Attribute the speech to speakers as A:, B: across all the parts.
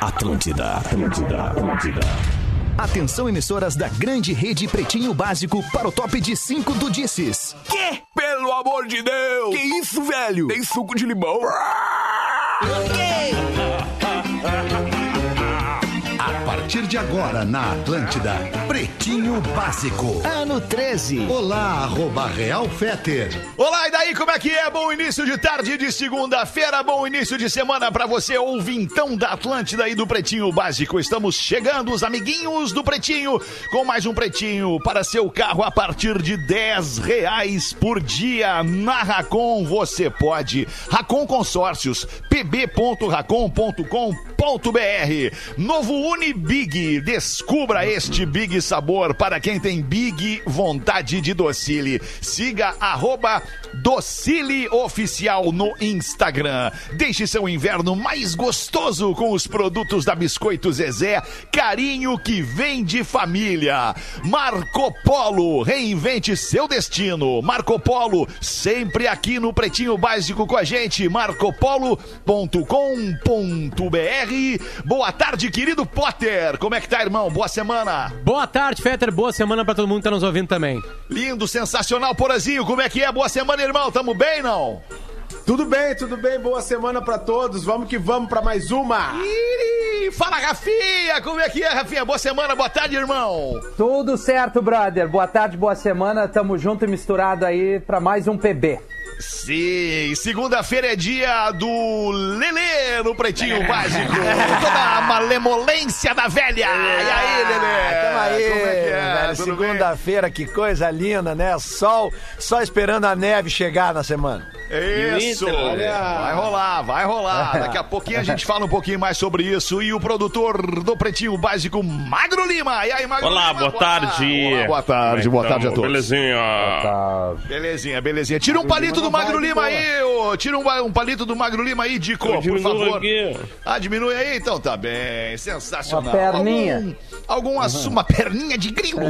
A: Atlântida, Atlântida, Atlântida.
B: Atenção, emissoras da grande rede Pretinho Básico para o top de 5 do Disses.
C: Quê? Pelo amor de Deus!
D: Que isso, velho?
C: Tem suco de limão?
E: A partir de agora na Atlântida, Pretinho Básico.
B: Ano 13.
E: Olá, arroba Real Feter.
D: Olá, e daí como é que é? Bom início de tarde de segunda-feira, bom início de semana pra você, ouvintão da Atlântida e do Pretinho Básico. Estamos chegando, os amiguinhos do Pretinho, com mais um Pretinho para seu carro a partir de 10 reais por dia. Na Racon você pode. Racon Consórcios, pb.racon.com.br. Novo Unibig, descubra este Big Sabor para quem tem Big vontade de docile. Siga arroba Docile Oficial no Instagram. Deixe seu inverno mais gostoso com os produtos da Biscoito Zezé, carinho que vem de família. Marco Polo, reinvente seu destino. Marco Polo, sempre aqui no Pretinho Básico com a gente, marcopolo.com.br. Boa tarde, querido Potter. Como é que tá, irmão? Boa semana.
F: Boa tarde, Fetter. Boa semana pra todo mundo que tá nos ouvindo também.
D: Lindo, sensacional, Porazinho. Como é que é? Boa semana, irmão. Tamo bem, não?
G: Tudo bem, tudo bem. Boa semana pra todos. Vamos que vamos pra mais uma.
D: Ih, Fala, Rafinha! Como é que é, Rafinha? Boa semana, boa tarde, irmão!
H: Tudo certo, brother. Boa tarde, boa semana. Tamo junto e misturado aí pra mais um PB.
D: Sim, segunda-feira é dia do Lelê no Pretinho Básico. Toda a malemolência da velha. E aí, Lelê?
I: Ah, Tamo aí,
D: Como é que é?
I: velho.
D: Tudo bem?
I: segunda-feira, que coisa linda, né? Sol, só esperando a neve chegar na semana.
D: Isso! Vai rolar, vai rolar. Daqui a pouquinho a gente fala um pouquinho mais sobre isso. E o produtor do Pretinho Básico, Magro Lima. E aí, Magro
J: Olá,
D: Lima?
J: boa tarde.
D: Olá, boa tarde, boa tarde a
J: Então,
D: todos.
J: Belezinha.
D: Belezinha, belezinha. Tira um palito do Magro Lima aí, ô. Tira um, ba- um palito do Magro Lima aí, Dico,
J: Eu
D: por
J: diminuo
D: favor.
J: aqui.
D: Ah, diminui aí? Então tá bem. Sensacional.
H: Uma perninha.
D: Algum, algum assunto, uma perninha de grilo.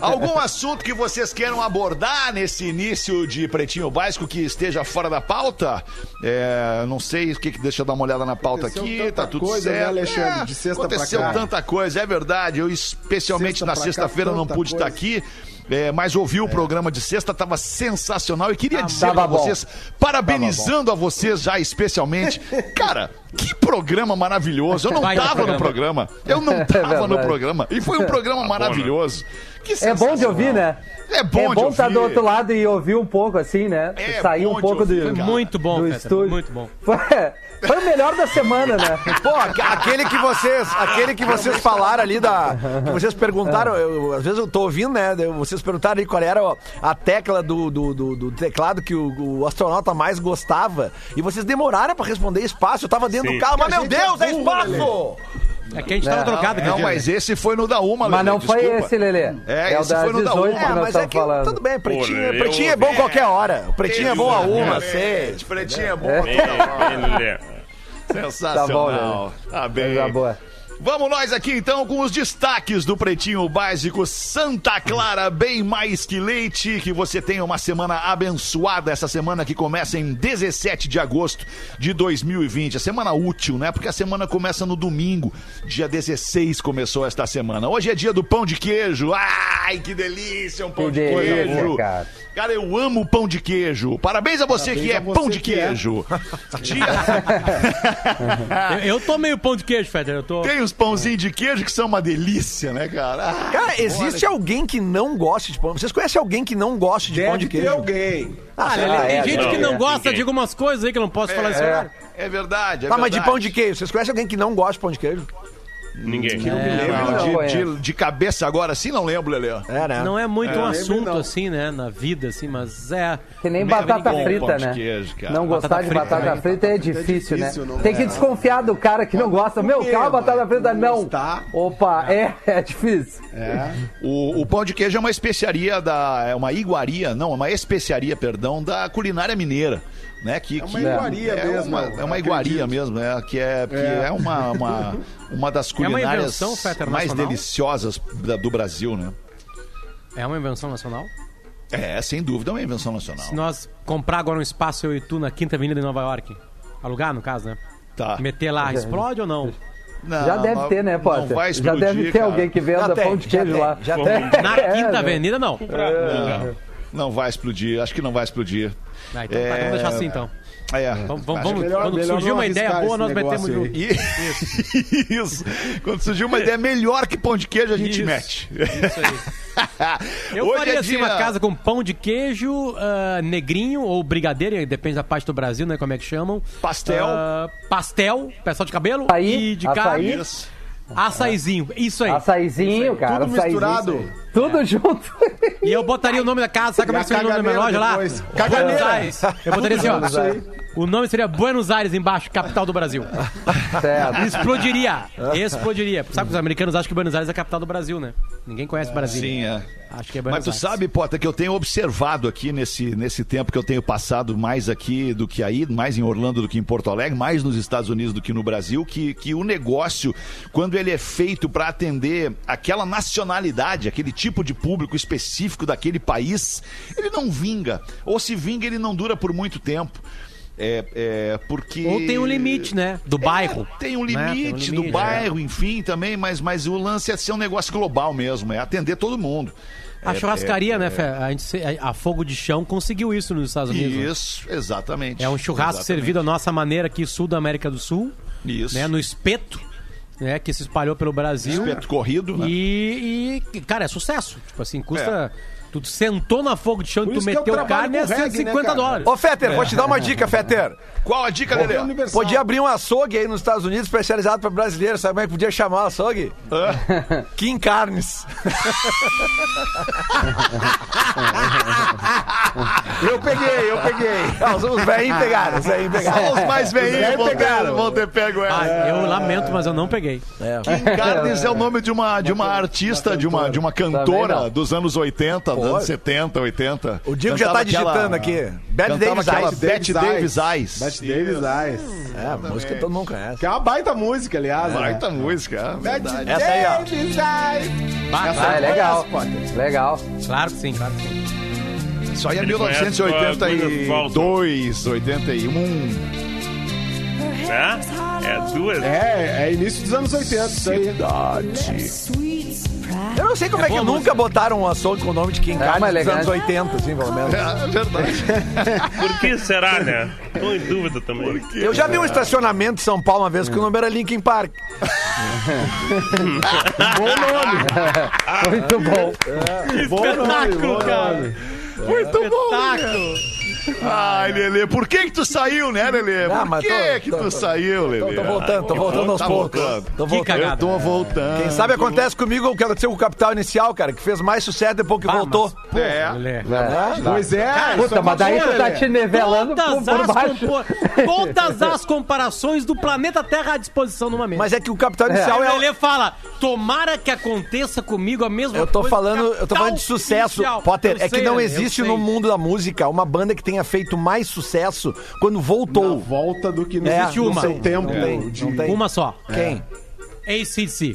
D: algum assunto que vocês queiram abordar nesse início de Pretinho Básico que esteja fora da pauta? É, não sei o que que... Deixa eu dar uma olhada na pauta
G: Aconteceu
D: aqui,
G: tanta
D: tá tudo
G: coisa,
D: certo.
G: né, Alexandre? De sexta pra
D: aconteceu
G: cá.
D: tanta coisa, é verdade. Eu especialmente
G: Sexta
D: na
G: pra cá,
D: sexta-feira não
G: tanta
D: pude estar
G: coisa.
D: aqui. É, mas ouvi o programa de sexta, tava sensacional e queria dizer
H: Ah,
D: pra
H: tava bom.
D: vocês, parabenizando a vocês já especialmente. Cara, que programa maravilhoso. Eu não
F: Baita
D: tava no programa. Eu não tava no
H: É verdade. Tá né?
D: programa. E foi um programa maravilhoso. Que
H: É bom de ouvir, né?
D: sensacional. É bom
H: é
D: de
H: bom
D: ouvir.
H: estar do outro lado e ouvir um pouco, assim, né?
D: É
H: Sair
D: bom
H: um
D: de
H: pouco
D: ouvir,
H: do,
D: cara.
F: Muito bom,
H: do
F: Fetter.
H: estúdio.
F: Muito bom.
H: Foi, foi o melhor da semana, né?
I: Pô, aque- aquele que vocês, aquele que vocês falaram ali da, que vocês perguntaram,
H: É.
I: eu- às vezes eu tô ouvindo, né? daí Vocês perguntaram ali qual era ó, a tecla do, do, do- do teclado que o, o astronauta mais gostava, e vocês demoraram pra responder espaço. Eu tava dentro do carro, mas meu Deus, é espaço!
F: É que a gente tava trocado,
D: Não,
F: Fetter.
D: mas esse foi no da Uma,
H: né? Mas
D: Lelê,
H: não foi
D: desculpa.
H: esse, Lelê.
D: É,
H: o
D: esse foi no da uma.
H: que
I: É,
H: nós
I: mas é
H: estamos
I: que tudo
H: falando.
I: bem, pretinho,
J: Olha,
I: pretinho é
J: eu-
I: bom qualquer hora. O pretinho é bom a uma, tipo, sei.
D: Exatamente, Pretinho é bom. a uma.
J: Lelê.
D: Sensacional. Tá bem.
H: Tá Coisa boa.
D: Vamos nós aqui então com os destaques do Pretinho Básico Santa Clara, bem mais que leite. Que você tenha uma semana abençoada, essa semana que começa em 17 de agosto de 2020. A semana útil, né? Porque a semana começa no domingo, dia 16 começou esta semana. Hoje é dia do pão de queijo. Ai, que delícia, um pão
H: Que
D: de
H: delícia,
D: queijo.
H: cara.
D: Cara, eu amo pão de queijo. Parabéns a você que é
G: a você
D: pão de
G: que é.
D: queijo. Dia...
F: Eu, eu tô meio pão de queijo, Fetter. Eu tô...
D: Tem os pãozinhos de queijo que são uma delícia, né, cara? Ah,
I: Cara, existe alguém que não goste de pão? Vocês conhecem alguém que não goste de pão de
G: Deve ter
I: queijo?
G: alguém.
I: Ah,
F: Olha,
H: Ah,
F: tem
H: é,
F: gente
H: não,
F: que não
H: é.
F: gosta
J: Ninguém.
F: de algumas coisas aí que eu não posso falar isso horário.
D: É verdade, é
I: Tá,
D: verdade.
I: mas de pão de queijo. Vocês conhecem alguém que não gosta de pão de queijo?
J: Ninguém.
D: É, Não,
H: Não,
D: de-
H: não
D: de, de cabeça agora, sim, não lembro, Lelê.
I: É, né?
F: Não é muito um
G: lembro
F: assunto
G: não.
F: assim, né, na vida, assim, mas é.
H: Que nem
D: Bem
H: batata
D: bom
H: frita,
D: pão de
H: né?
D: queijo, cara.
H: Não gostar
F: Batata
H: de
F: frita,
H: batata
F: né?
H: frita é
G: é
H: difícil, né?
G: difícil, não
H: Tem que
G: é.
H: desconfiar do cara que não gosta. Meu,
G: comer,
H: calma,
G: mas
H: batata frita
G: não
H: não.
G: gostar.
H: Opa, é, é difícil.
D: O, o pão de queijo é uma especiaria da. É uma iguaria, não, é uma especiaria, perdão, da culinária mineira. Né, que, é
G: uma
D: que,
G: iguaria
D: é
G: mesmo,
D: Uma, é uma iguaria
G: acredito.
D: mesmo, é, que é, que é. uma, uma, uma das
F: É uma
D: culinárias
F: invenção, Fetter,
D: mais
F: nacional?
D: deliciosas da- do Brasil, né?
F: É uma invenção nacional.
D: É, sem dúvida, é uma invenção nacional.
F: Se nós comprar agora um espaço, eu e tu, na Quinta Avenida de Nova York, alugar, no caso, né?
D: Tá.
F: Meter lá, explode ou não?
D: Não,
H: Já deve
D: Ah, mas
H: ter, né,
D: não
H: Potter?
D: vai
H: Já
D: explodir,
H: deve ter
D: cara.
H: alguém que venda
I: Já tem,
H: pão de
I: já
H: queijo
I: tem,
H: lá.
I: já
H: É,
I: tem.
F: Na
H: é,
F: Quinta
H: né?
F: Avenida, não.
D: Não, não vai explodir, acho que não vai explodir.
F: Ah, então, tá,
D: É.
F: vamos deixar assim, então.
D: É,
F: Vamos,
D: acho
F: vamos,
D: que-
F: vamos-
G: melhor-
F: quando
G: melhor
F: surgir
G: não
F: uma ideia
G: arriscar
F: boa,
G: esse
F: nós metemos
G: negócio aí.
F: junto.
D: E- Isso. Quando surgir uma ideia melhor que pão de queijo, a gente
F: Isso.
D: mete.
F: Isso aí. Eu
D: Hoje
F: faria
D: é
F: assim
D: dia-
F: uma casa com pão de queijo, ah, negrinho ou brigadeiro, depende da parte do Brasil, né? Como é que chamam.
D: Pastel.
F: Ah, pastel, pessoal de cabelo
H: Açaí,
F: e de
H: açaí.
F: carne. Açaizinho. Isso aí. É.
H: Açaizinho, cara.
G: Tudo
H: açaizinho.
G: misturado.
H: Tudo junto.
F: E eu botaria o nome da casa, sabe como é que
G: E a
F: seria o nome da minha loja
G: caganeira
F: lá?
G: depois.
F: Buenos Aires. Eu botaria assim, ó.
H: Buenos Aires.
F: O nome seria Buenos Aires embaixo, capital do Brasil.
H: Certo.
F: Explodiria. Explodiria. Sabe que os americanos acham que Buenos Aires é a capital do Brasil, né? Ninguém conhece Brasil.
D: Sim, é.
F: Acho que é Buenos
D: Mas tu
F: Aires.
D: sabe, Potter, que eu tenho observado aqui nesse, nesse tempo que eu tenho passado mais aqui do que aí, mais em Orlando do que em Porto Alegre, mais nos Estados Unidos do que no Brasil, que, que o negócio, quando ele é feito para atender aquela nacionalidade, aquele tipo de público específico daquele país, ele não vinga. Ou se vinga, ele não dura por muito tempo. É, é, porque...
F: Ou tem um limite, né? Do bairro.
D: Tem um
F: né?
D: limite, do
F: é.
D: bairro, enfim, também, mas, mas o lance é ser um negócio global mesmo, é atender todo mundo.
F: A
D: É,
F: churrascaria,
D: é,
F: né, Fé? A, gente, se- a Fogo de Chão conseguiu isso nos Estados Unidos. né?
D: Isso, exatamente.
F: É um churrasco
D: Exatamente.
F: servido à nossa maneira aqui, sul da América do Sul,
D: Isso.
F: né? No espeto, né? Que se espalhou pelo Brasil.
D: Espeto corrido, né?
F: E, e, cara, é sucesso. Tipo assim, custa.
D: É.
F: Tu sentou na fogo de chão e
G: Por
F: tu
G: isso que eu
F: meteu
G: trabalho
F: carne é
G: com reggae, né,
F: 150
G: cara?
F: dólares.
I: Ô, Fetter, vou te dar uma dica, Fetter.
D: Qual a dica, Lelê?
G: Universal.
I: Podia abrir um açougue aí nos Estados Unidos especializado pra brasileiro. Sabe como é que podia chamar o açougue? Kim Carnes. eu peguei, eu peguei. Ah, os- os velhinhos pegaram, os velhinhos pegaram.
D: Só os mais velhinhos vão ter, vão ter pego
F: Ah,
D: ela.
F: eu lamento, mas eu não peguei.
D: Kim Carnes é o nome de uma, de uma artista, de uma, de uma
H: Também
D: cantora
H: não.
D: dos anos 80, dos anos 70, 80.
I: O Diego já
D: Cantava
I: tá
D: aquela-
I: digitando aqui. Bad Davis
D: aquela
I: Eyes.
D: Bette Davis Eyes.
G: Bette Davis Eyes.
I: É, a música todo mundo conhece.
G: Que é uma baita música, aliás. né?
D: Baita música. é
G: Bette
D: verdade.
I: Essa aí, ó.
G: Davis Eyes.
H: Ah, é legal.
G: Conhece,
H: Legal.
F: Claro que sim, claro que sim.
D: Isso aí é né?
J: Conhece uma coisa
D: 1982, 81.
J: Né? É duas.
G: É, é início dos anos 80, isso aí.
I: Eu não sei como é, que
F: boa
I: nunca
F: música.
I: botaram um açougue com o nome de Kim
H: mas
I: Carnes
H: é
I: dos anos
H: elegante.
I: 80, assim, pelo menos.
D: É verdade.
J: Por que será, né? Tô em dúvida também.
I: Eu já vi um estacionamento em São Paulo uma vez que o nome era Linkin Park.
H: Muito bom.
F: Espetáculo, cara.
D: Muito bom. né?
F: Espetáculo.
D: Ai, Lelê, por que que tu saiu, né, Lelê?
I: Ah,
D: Por
I: mas
D: que
I: tô-
D: que
I: tô-
D: tu
I: tô-
D: saiu, Lelê?
I: Tô voltando, tô voltando aos
D: Tá
I: poucos.
D: voltando.
I: Tô
F: Que
I: voltando.
D: Eu
F: cagada.
D: tô voltando.
G: Ah,
I: Quem sabe acontece comigo o que aconteceu com o Capital Inicial, cara, que fez mais sucesso depois que
F: Ah,
I: voltou.
F: mas-
D: É.
F: Lelê.
G: Pois é. isso
H: Puta, mas daí tu tá
G: aconteceu,
H: te nivelando por,
F: Todas
H: por
F: as,
H: baixo.
F: compo- todas as comparações do planeta Terra à disposição numa mesa.
I: Mas é que o Capital Inicial
F: Aí
I: é.
F: o Lelê fala, tomara que aconteça comigo a mesma
I: Eu
F: coisa.
I: tô falando,
F: que
I: eu tô falando de
F: Capital
I: sucesso,
F: Inicial.
I: Potter.
F: Eu
I: é que
F: sei,
I: não
F: Lelê, eu
I: existe
F: sei.
I: no mundo da música uma banda que tenha feito mais sucesso quando
G: Na
I: voltou.
G: volta do que no,
I: É,
G: existe
F: uma.
G: no seu tempo.
I: Não tem,
G: de-
I: não tem.
F: Uma só. É.
I: Quem?
F: ACDC.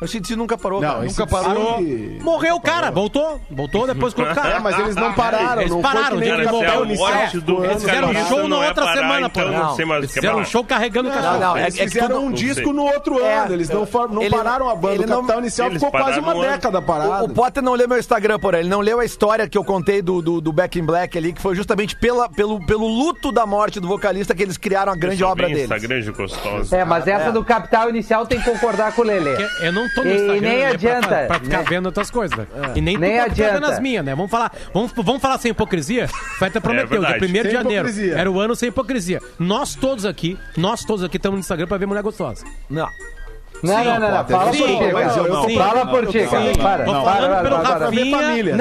I: O CDC nunca parou.
G: Não,
I: cara.
G: esse é
I: nunca parou.
G: sim.
F: Morreu o cara, voltou. Voltou, depois colocou o cara.
G: É, mas eles não pararam.
F: Eles
G: não
F: pararam,
G: foi que
F: Jared
G: nem
F: Bell,
G: Capitão
F: eles
G: Inicial,
F: fizeram-
G: ficou
F: eles
G: anos
F: fizeram um
G: parado.
F: show na
J: não é
F: outra
J: parar,
F: semana,
J: então
F: pô.
J: Não,
I: Não.
J: sei mais o
F: Eles
J: que é
F: fizeram um
J: parar.
F: show carregando o cachorro.
I: Não, não, é,
G: Eles
I: é que tu
G: fizeram
I: não-
G: um
J: sei.
G: disco no outro
I: É,
G: ano. Eles não, for- não
I: ele-
G: pararam a banda.
I: ele
G: O
I: não-
G: Capital Inicial
J: Eles
G: ficou quase
J: pararam
G: uma
J: um ano.
G: década parado.
I: O, o Potter não leu meu Instagram, porém. Ele não leu a história que eu contei do, do, do Back in Black ali, que foi justamente pela, pelo, pelo luto da morte do vocalista que eles criaram a grande obra
J: Bem
I: deles.
J: Instagram de gostosa.
H: É, mas essa do Capital Inicial tem que concordar com o Lelê.
F: Eu- Eu não tô no
H: E
F: Instagram.
H: nem
F: né, pra-
H: adianta.
F: Pra, pra ficar
H: Nem-
F: vendo outras coisas. né? E nem,
H: Nem
F: tu tá ficar vendo
H: adianta.
F: as minhas, né? Vamos falar, vamos, vamos falar sem hipocrisia? O
D: É
F: Feta prometeu,
J: verdade.
F: dia 1 de
G: Sem
F: janeiro.
G: hipocrisia.
F: Era o ano sem hipocrisia. Nós todos aqui, nós todos aqui estamos no Instagram pra ver mulher gostosa.
I: Não.
H: Não, não, não, não. Fala
F: Sim,
H: por ti.
F: mas eu
H: cara.
F: não.
H: Fala por ti,
F: Sim,
H: cara. Para,
F: tô
H: para,
F: falando
H: para,
F: pelo
H: para, para.
F: Rafinha, pelo
H: Não, não, não, não,
F: Lelê,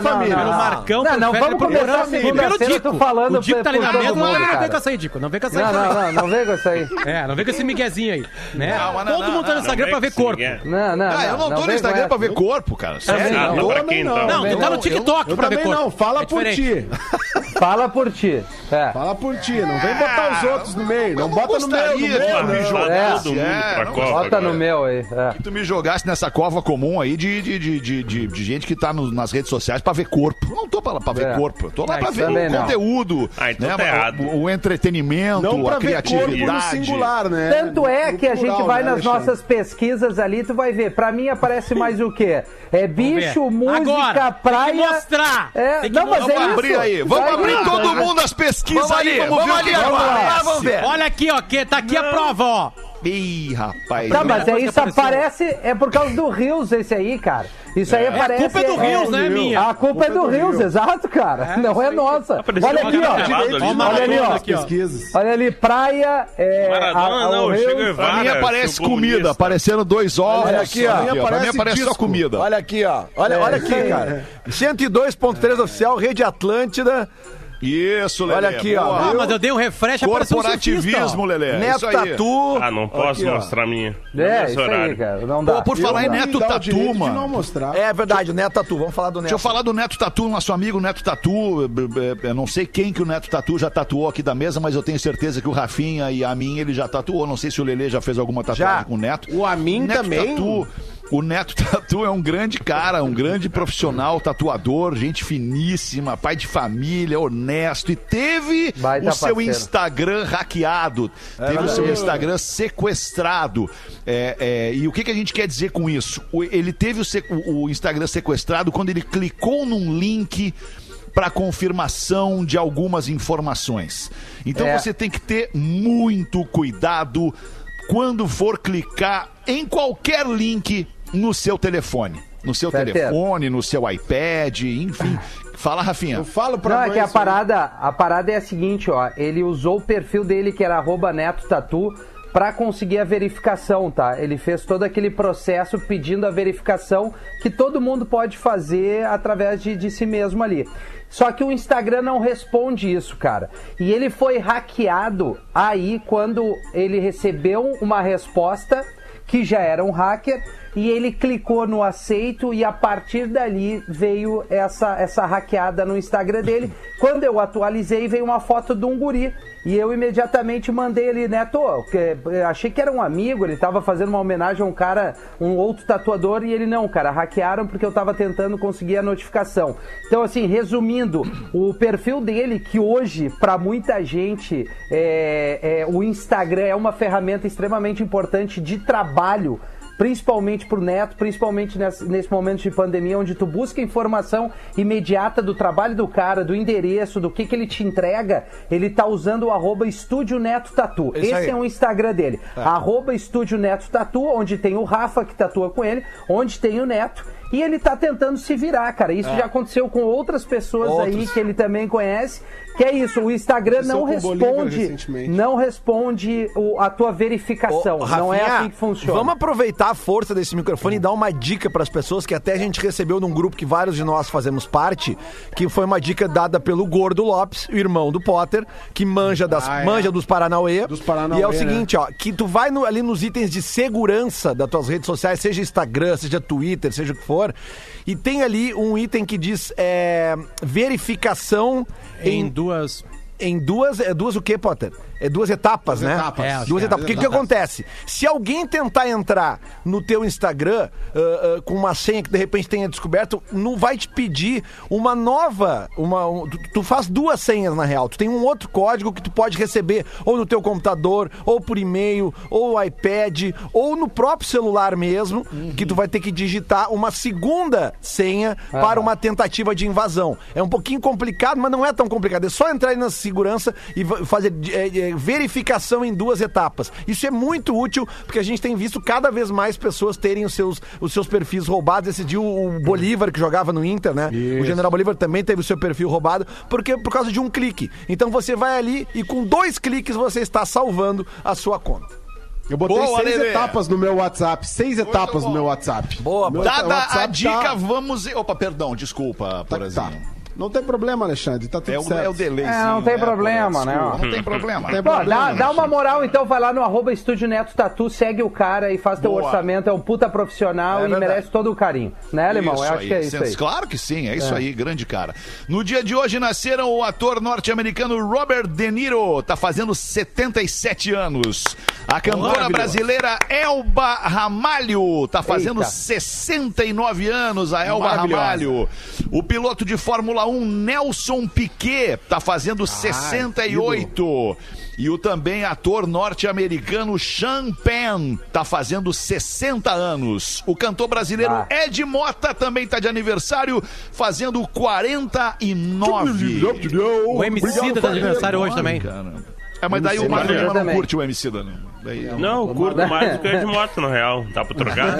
H: não, não,
F: pelo
H: não.
F: Marcão,
H: Não,
F: pelo
H: não,
F: Feta, pelo
H: vamos começar assim,
F: Rafinha,
H: segunda-feira,
F: pelo Dico.
H: eu tô falando
F: O Dico tá ali
H: por
F: na
H: todo
F: mesa,
H: mundo,
F: mas não vem
H: cara.
F: com essa aí, Dico. Não vem com essa aí
H: Não,
F: também.
H: não, não, não vem com isso aí.
F: É, não vem com esse miguezinho aí, né?
D: Não, mas não,
F: Todo
D: não,
F: mundo tá
D: não,
F: no Instagram pra ver corpo.
H: Não, não.
D: Ah, eu não, tô no
H: vem com
D: Instagram
H: essa.
D: pra ver corpo, cara. Sério?
H: Também
J: é. Ah,
H: não.
J: mas pra
G: Também
J: quem
G: não.
J: então?
F: Não, tu tá no
G: eu-
F: TikTok
G: Eu
F: pra ver
G: também
F: corpo.
G: não. Fala
F: É
G: por
F: diferente.
G: ti.
H: Fala por ti. É.
G: Fala por ti, não vem botar os outros no meio. Não bota no meu, no
D: Ah,
G: né?
D: gostaria de
G: meu,
D: uma
G: não.
J: Jogou
H: é,
J: todo mundo
D: é,
J: pra
D: não,
J: Copa.
H: Bota no
J: cara.
H: meu aí. é.
D: que tu me jogasse nessa cova comum aí de, de, de, de, de- de gente que tá no- nas redes sociais pra ver corpo. Eu não tô pra, lá pra ver
H: É.
D: corpo, eu tô lá
H: Ah,
D: pra
H: isso
D: ver
H: também
D: o
H: não.
D: conteúdo,
J: Ah, então
D: né,
J: tá
D: o-
J: errado.
D: o, entretenimento,
G: Não pra
D: a
G: ver corpo no
D: criatividade.
G: singular, né?
H: Tanto é
G: No
H: que a gente
G: plural,
H: vai
G: né,
H: nas
G: Alexandre?
H: nossas pesquisas ali, tu vai ver. Pra mim aparece mais o quê? É
F: Vamos
H: bicho,
F: ver.
H: música,
F: Agora,
H: praia.
F: Tem que mostrar.
H: É,
F: Tem que
H: não, mas
F: mostrar.
H: é
D: Vamos
H: isso.
D: abrir aí, vamos
H: Vai
D: abrir
H: ver.
D: todo mundo as pesquisas
I: Vamos ali,
D: aí,
I: vamos
D: ver
I: ali,
D: o que
I: vamos
D: aparece.
I: lá, vamos ver.
F: Olha aqui, ó. Que, tá aqui a prova, ó.
D: Ih, rapaz.
H: Tá,
D: eu-
H: mas é
F: Depois que
H: isso aparece,
F: apareceu.
H: é por causa do Rios esse aí, cara. Isso aí aparece.
F: culpa é do Rios, não é minha.
H: A culpa é do Rios, exato, cara. não é nossa.
J: Apareceu
H: Olha
J: uma
H: aqui,
D: Tá
J: galera pelada
H: ó.
J: ali,
F: Ó,
J: né?
H: Olha ali, ó.
F: aqui, ó.
G: Pesquisas.
H: Olha ali, praia. É,
J: Maradona,
H: a- a- o
J: não,
H: Rios.
J: chega e
D: Pra mim
J: Para,
D: aparece
J: seu comunista.
D: comida, aparecendo dois ovos.
I: Olha aqui, ó.
D: Pra mim
G: Aparece
D: aparece só
G: disco.
D: comida.
I: Olha aqui, ó. Olha,
H: É,
I: olha
H: isso
I: aqui,
H: aí.
I: cara. 102.3 oficial, Rede Atlântida,
D: Isso, Lelê.
I: Olha aqui, ó.
D: boa.
F: Ah, mas eu dei um refresh, apareceu um surfista,
D: Corporativismo,
F: ó.
D: Lelê.
I: Neto
D: É, isso aí.
I: Tatu.
J: Ah, não posso mostrar a minha. Não
H: É,
J: nesse
H: isso aí,
J: horário.
H: cara. Não dá.
D: Pô, por falar em
G: Eu não
D: Neto tá,
G: me dá o
D: Tatu,
G: direito de
D: mano.
G: não mostrar.
I: É verdade, o Neto Tatu. Vamos falar do
D: Deixa eu
I: Neto.
D: falar do Neto Tatu, nosso amigo Neto Tatu. eh, eh, Eu não sei quem que o Neto Tatu já tatuou aqui da mesa, mas eu tenho certeza que o Rafinha e a mim ele já tatuou. Não sei se o Lelê já fez alguma tatuagem
I: Já.
D: com o Neto.
G: O Amin
D: Neto
G: também?
D: Tatu, o Neto Tatu é um grande cara, um grande profissional, tatuador, gente finíssima, pai de família, honesto. E teve
H: Baita
D: o seu
H: parceiro.
D: Instagram hackeado,
H: É
D: teve o seu Instagram sequestrado. É, é, e o que, que a gente quer dizer com isso? O- ele teve o, se- o- o Instagram sequestrado quando ele clicou num link para confirmação de algumas informações. Então
H: É.
D: você tem que ter muito cuidado quando for clicar em qualquer link no seu telefone. No seu
H: Certeza.
D: telefone, no seu iPad, enfim. Fala, Rafinha.
G: Eu falo pra um.
H: Não,
G: mãe
H: é que a
G: isso aí.
H: parada, a parada é a seguinte, ó. Ele usou o perfil dele, que era arroba Neto Tatu, pra conseguir a verificação, tá? Ele fez todo aquele processo pedindo a verificação que todo mundo pode fazer através de, de si mesmo ali. Só que o Instagram não responde isso, cara. E ele foi hackeado aí quando ele recebeu uma resposta que já era um hacker, e ele clicou no aceito e a partir dali veio essa, essa hackeada no Instagram dele. Quando eu atualizei, veio uma foto de um guri. E eu imediatamente mandei ele, Neto, que- achei que era um amigo, ele tava fazendo uma homenagem a um cara, um outro tatuador, e ele, não, cara, hackearam porque eu tava tentando conseguir a notificação. Então, assim, resumindo, o perfil dele, que hoje, pra muita gente, é- é, o Instagram é uma ferramenta extremamente importante de trabalho. Principalmente pro neto, principalmente nesse, nesse momento de pandemia, onde tu busca informação imediata do trabalho do cara, do endereço, do que, que ele te entrega, ele tá usando o arroba Estúdio Neto Tatu.
I: Isso
H: Esse
I: aí.
H: é um o Instagram dele.
G: É.
H: Arroba Estúdio Neto Tatu, onde tem o Rafa que tatua com ele, onde tem o Neto. E ele tá tentando se virar, cara. Isso
G: É.
H: já aconteceu com outras pessoas aí
I: Outros.
H: que ele também conhece. Que é isso, o Instagram não
G: Aconteceu com o Bolívar
H: responde,
G: recentemente.
H: não responde o- a tua verificação.
I: Ô,
H: não é
I: Rafinha,
H: assim que funciona.
I: Vamos aproveitar a força desse microfone e dar uma dica para as pessoas que até a gente recebeu num grupo que vários de nós fazemos parte, que foi uma dica dada pelo Gordo Lopes, o irmão do Potter, que manja das
G: Ah, é.
I: manja dos Paranauê.
G: Dos Paranauê,
I: E é o
G: né?
I: seguinte, ó, que tu vai no- ali nos itens de segurança das tuas redes sociais, seja Instagram, seja Twitter, seja o que for, e tem ali um item que diz é, verificação
F: Em
I: em
F: duas...
I: em duas, é duas o quê, Potter? É duas etapas, né?
G: etapas.
F: É,
I: duas
F: é,
I: etapas. O que, que acontece? Se alguém tentar entrar no teu Instagram ah, ah, com uma senha que de repente tenha descoberto, não vai te pedir uma nova, uma, um- tu, tu faz duas senhas na real. Tu tem um outro código que tu pode receber ou no teu computador, ou por e-mail, ou iPad, ou no próprio celular mesmo, que tu vai ter que digitar uma segunda senha para uma tentativa de invasão. É um pouquinho complicado, mas não é tão complicado. É só entrar aí na segurança e va- fazer é, é, verificação em duas etapas. Isso é muito útil, porque a gente tem visto cada vez mais pessoas terem os seus, os seus perfis roubados. Esse dia o o Bolívar, que jogava no Inter, né? O General Bolívar também teve o seu perfil roubado, porque por causa de um clique. Então você vai ali e com dois cliques você está salvando a sua conta.
G: Eu botei
D: Boa,
G: seis
D: Lelê.
G: etapas no meu WhatsApp. Seis etapas no meu WhatsApp.
I: Boa,
G: Meu
D: Dada a
G: WhatsApp
D: dica,
G: tá-
D: vamos. Opa, perdão, desculpa,
G: Tá,
D: Porazinho.
G: tá. Não tem problema, Alexandre. Tá tudo
D: É o,
G: certo.
D: é o delay.
H: É, não tem problema, né?
D: Não tem problema.
G: Tem
I: um
H: Pô, dá,
G: problema,
H: dá uma moral, então vai lá no arroba Estúdio Neto Tatu, segue o cara e faz teu
D: Boa.
H: orçamento. É um puta profissional
I: É
H: e
I: verdade.
H: merece todo o carinho. Né, Alemão?
D: Isso
H: Eu acho
D: aí,
H: que é isso
D: sens-
H: aí.
D: Claro que sim, é isso aí, grande cara. No dia de hoje nasceram o ator norte-americano Robert De Niro, tá fazendo 77 anos. A cantora brasileira Elba Ramalho tá fazendo
H: Eita.
D: 69 anos, a Elba Ramalho. O piloto de Fórmula 1 Nelson Piquet tá fazendo 68. E o também ator norte-americano Sean Penn tá fazendo 60 anos. O cantor brasileiro
H: Ah.
D: Ed Mota também tá de aniversário, fazendo 49.
F: O MC tá de aniversário hoje também.
D: Cara. É, mas daí o
H: Maria.
D: Matheus Lima não
H: Também.
D: curte o MC da não. Daí-
J: Não, eu curto mais do que o de moto, na real. Dá pra trocar?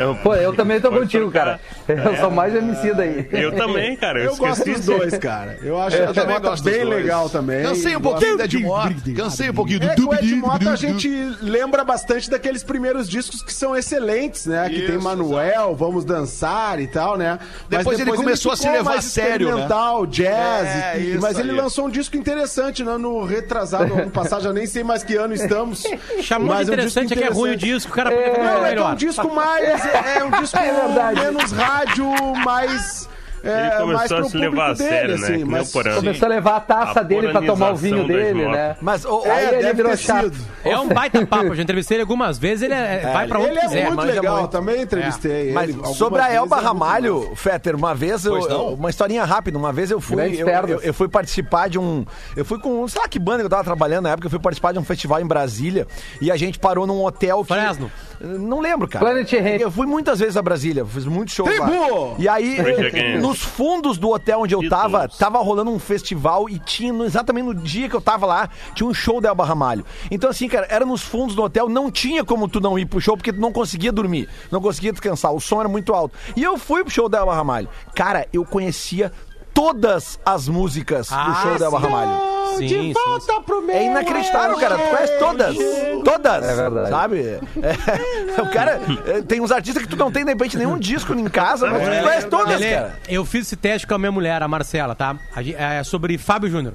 J: eu,
H: Pô, eu também tô
J: Pode
H: contigo, cara.
J: trocar. É.
H: Eu sou mais MC daí.
J: eu também, cara. Eu,
G: Eu gosto
J: esqueci
G: dos
J: de-
G: dois, cara. Eu acho
D: Eu
G: que
D: também
G: a Mota
D: gosto dos
G: bem
D: dois.
G: legal também.
D: Cansei um
G: Gosto-
D: pouquinho da Edmota. Cansei um pouquinho do
G: É, com o Edmota a gente lembra bastante daqueles primeiros discos que são excelentes, né? Que tem
D: Isso,
G: Manuel, Vamos Dançar e tal, né? Mas
D: Depois ele começou a se
G: ficou
D: levar
G: mais
D: a sério, né?
G: experimental, jazz,
D: É,
G: e-
D: isso
G: mas ele
D: aí.
G: lançou um disco interessante, né? No retrasado, ano passado, já nem sei mais que ano estamos.
F: Chamou
G: mas
F: de
G: um disco
F: interessante, é que é ruim o disco, né, o cara podia fazer
G: Não,
F: algo
G: é que é um
F: melhor.
G: disco mais. É um disco
H: verdade.
G: menos rádio, mais. É,
J: Ele
G: mais
J: começou
G: pro
J: a se levar a
G: público dele,
J: sério, né?
G: assim,
J: Que nem
G: mas-
J: o Porã.
H: Começou a levar a taça
J: A
H: dele pra tomar o vinho
J: polarização das
H: dele,
J: motos.
H: né?
I: Mas, ô, ô,
G: É,
H: Aí ele
G: deve
H: virou
G: ter
H: chato.
G: sido.
F: É um baita papo, eu já entrevistei ele algumas vezes, ele é- vai pra onde
G: Ele é
F: quiser. É.
G: muito
I: manja
G: legal,
I: muito.
G: também entrevistei
I: Mas
G: ele. algumas
I: sobre a
G: vezes,
I: Elba
G: é muito
I: Ramalho,
G: legal.
I: Fetter, uma vez eu,
D: Pois não?
I: eu- uma historinha rápida, uma vez eu fui
H: Grandes
I: eu,
H: pernas.
I: eu- eu fui participar de um, eu fui com, sei lá que banda que eu tava trabalhando na época, eu fui participar de um festival em Brasília e a gente parou num hotel que,
F: Fresno.
I: Não lembro, cara.
H: Planet Hemp.
I: Eu fui muitas vezes a Brasília, fiz muito show lá.
G: Tribo!
I: E aí
J: Richard Gaines.
I: nos fundos do hotel onde eu
J: Beatles.
I: tava, tava rolando um festival e tinha no- exatamente no dia que eu tava lá, tinha um show da Elba Ramalho. Então assim, cara, era nos fundos do hotel, não tinha como tu não ir pro show porque tu não conseguia dormir, não conseguia descansar, o som era muito alto. E eu fui pro show da Elba Ramalho. Cara, eu conhecia todas as músicas do show da Elba Ramalho.
F: Ah, Sim, sim, sim.
I: É inacreditável, cara. Tu conhece todas. Todas.
H: É verdade.
I: Sabe? É, o cara. é, tem uns artistas que tu não tem, de repente, nenhum disco em casa, mas tu conhece todas,
F: É. Lelê,
I: cara.
F: Eu fiz esse teste com a minha mulher, a Marcela, tá? A gen- É sobre Fábio Júnior.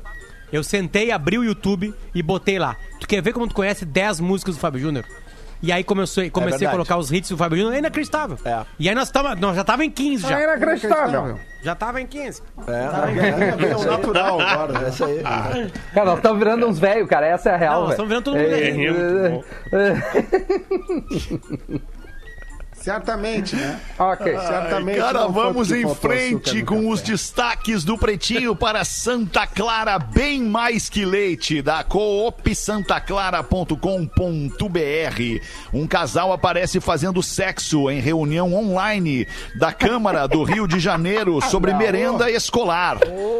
F: Eu sentei, abri o YouTube e botei lá. Tu quer ver como tu conhece 10 músicas do Fábio Júnior? E aí comecei, comecei a
I: verdade.
F: colocar os hits do Fábio Júnior, é inacreditável.
I: É.
F: E aí nós, tava, nós já tava em 15 já.
H: É inacreditável.
F: Já tava em 15.
G: É um natural agora. né?
I: É Isso aí.
F: Ah,
H: Cara, nós estamos virando uns velhos, cara. Essa é a real.
F: Não, nós
H: velho.
F: estamos virando todo mundo
H: É,
J: velhinho.
H: é,
J: Muito
H: é.
G: Certamente, né?
H: Ok.
G: Certamente.
D: Cara,
G: não foi
D: vamos
G: porque
D: em
G: faltou açúcar
D: frente
G: no
D: com os
G: café.
D: destaques do Pretinho para Santa Clara, bem mais que leite, da coopsantaclara.com.br. Um casal aparece fazendo sexo em reunião online da Câmara do Rio de Janeiro sobre merenda escolar.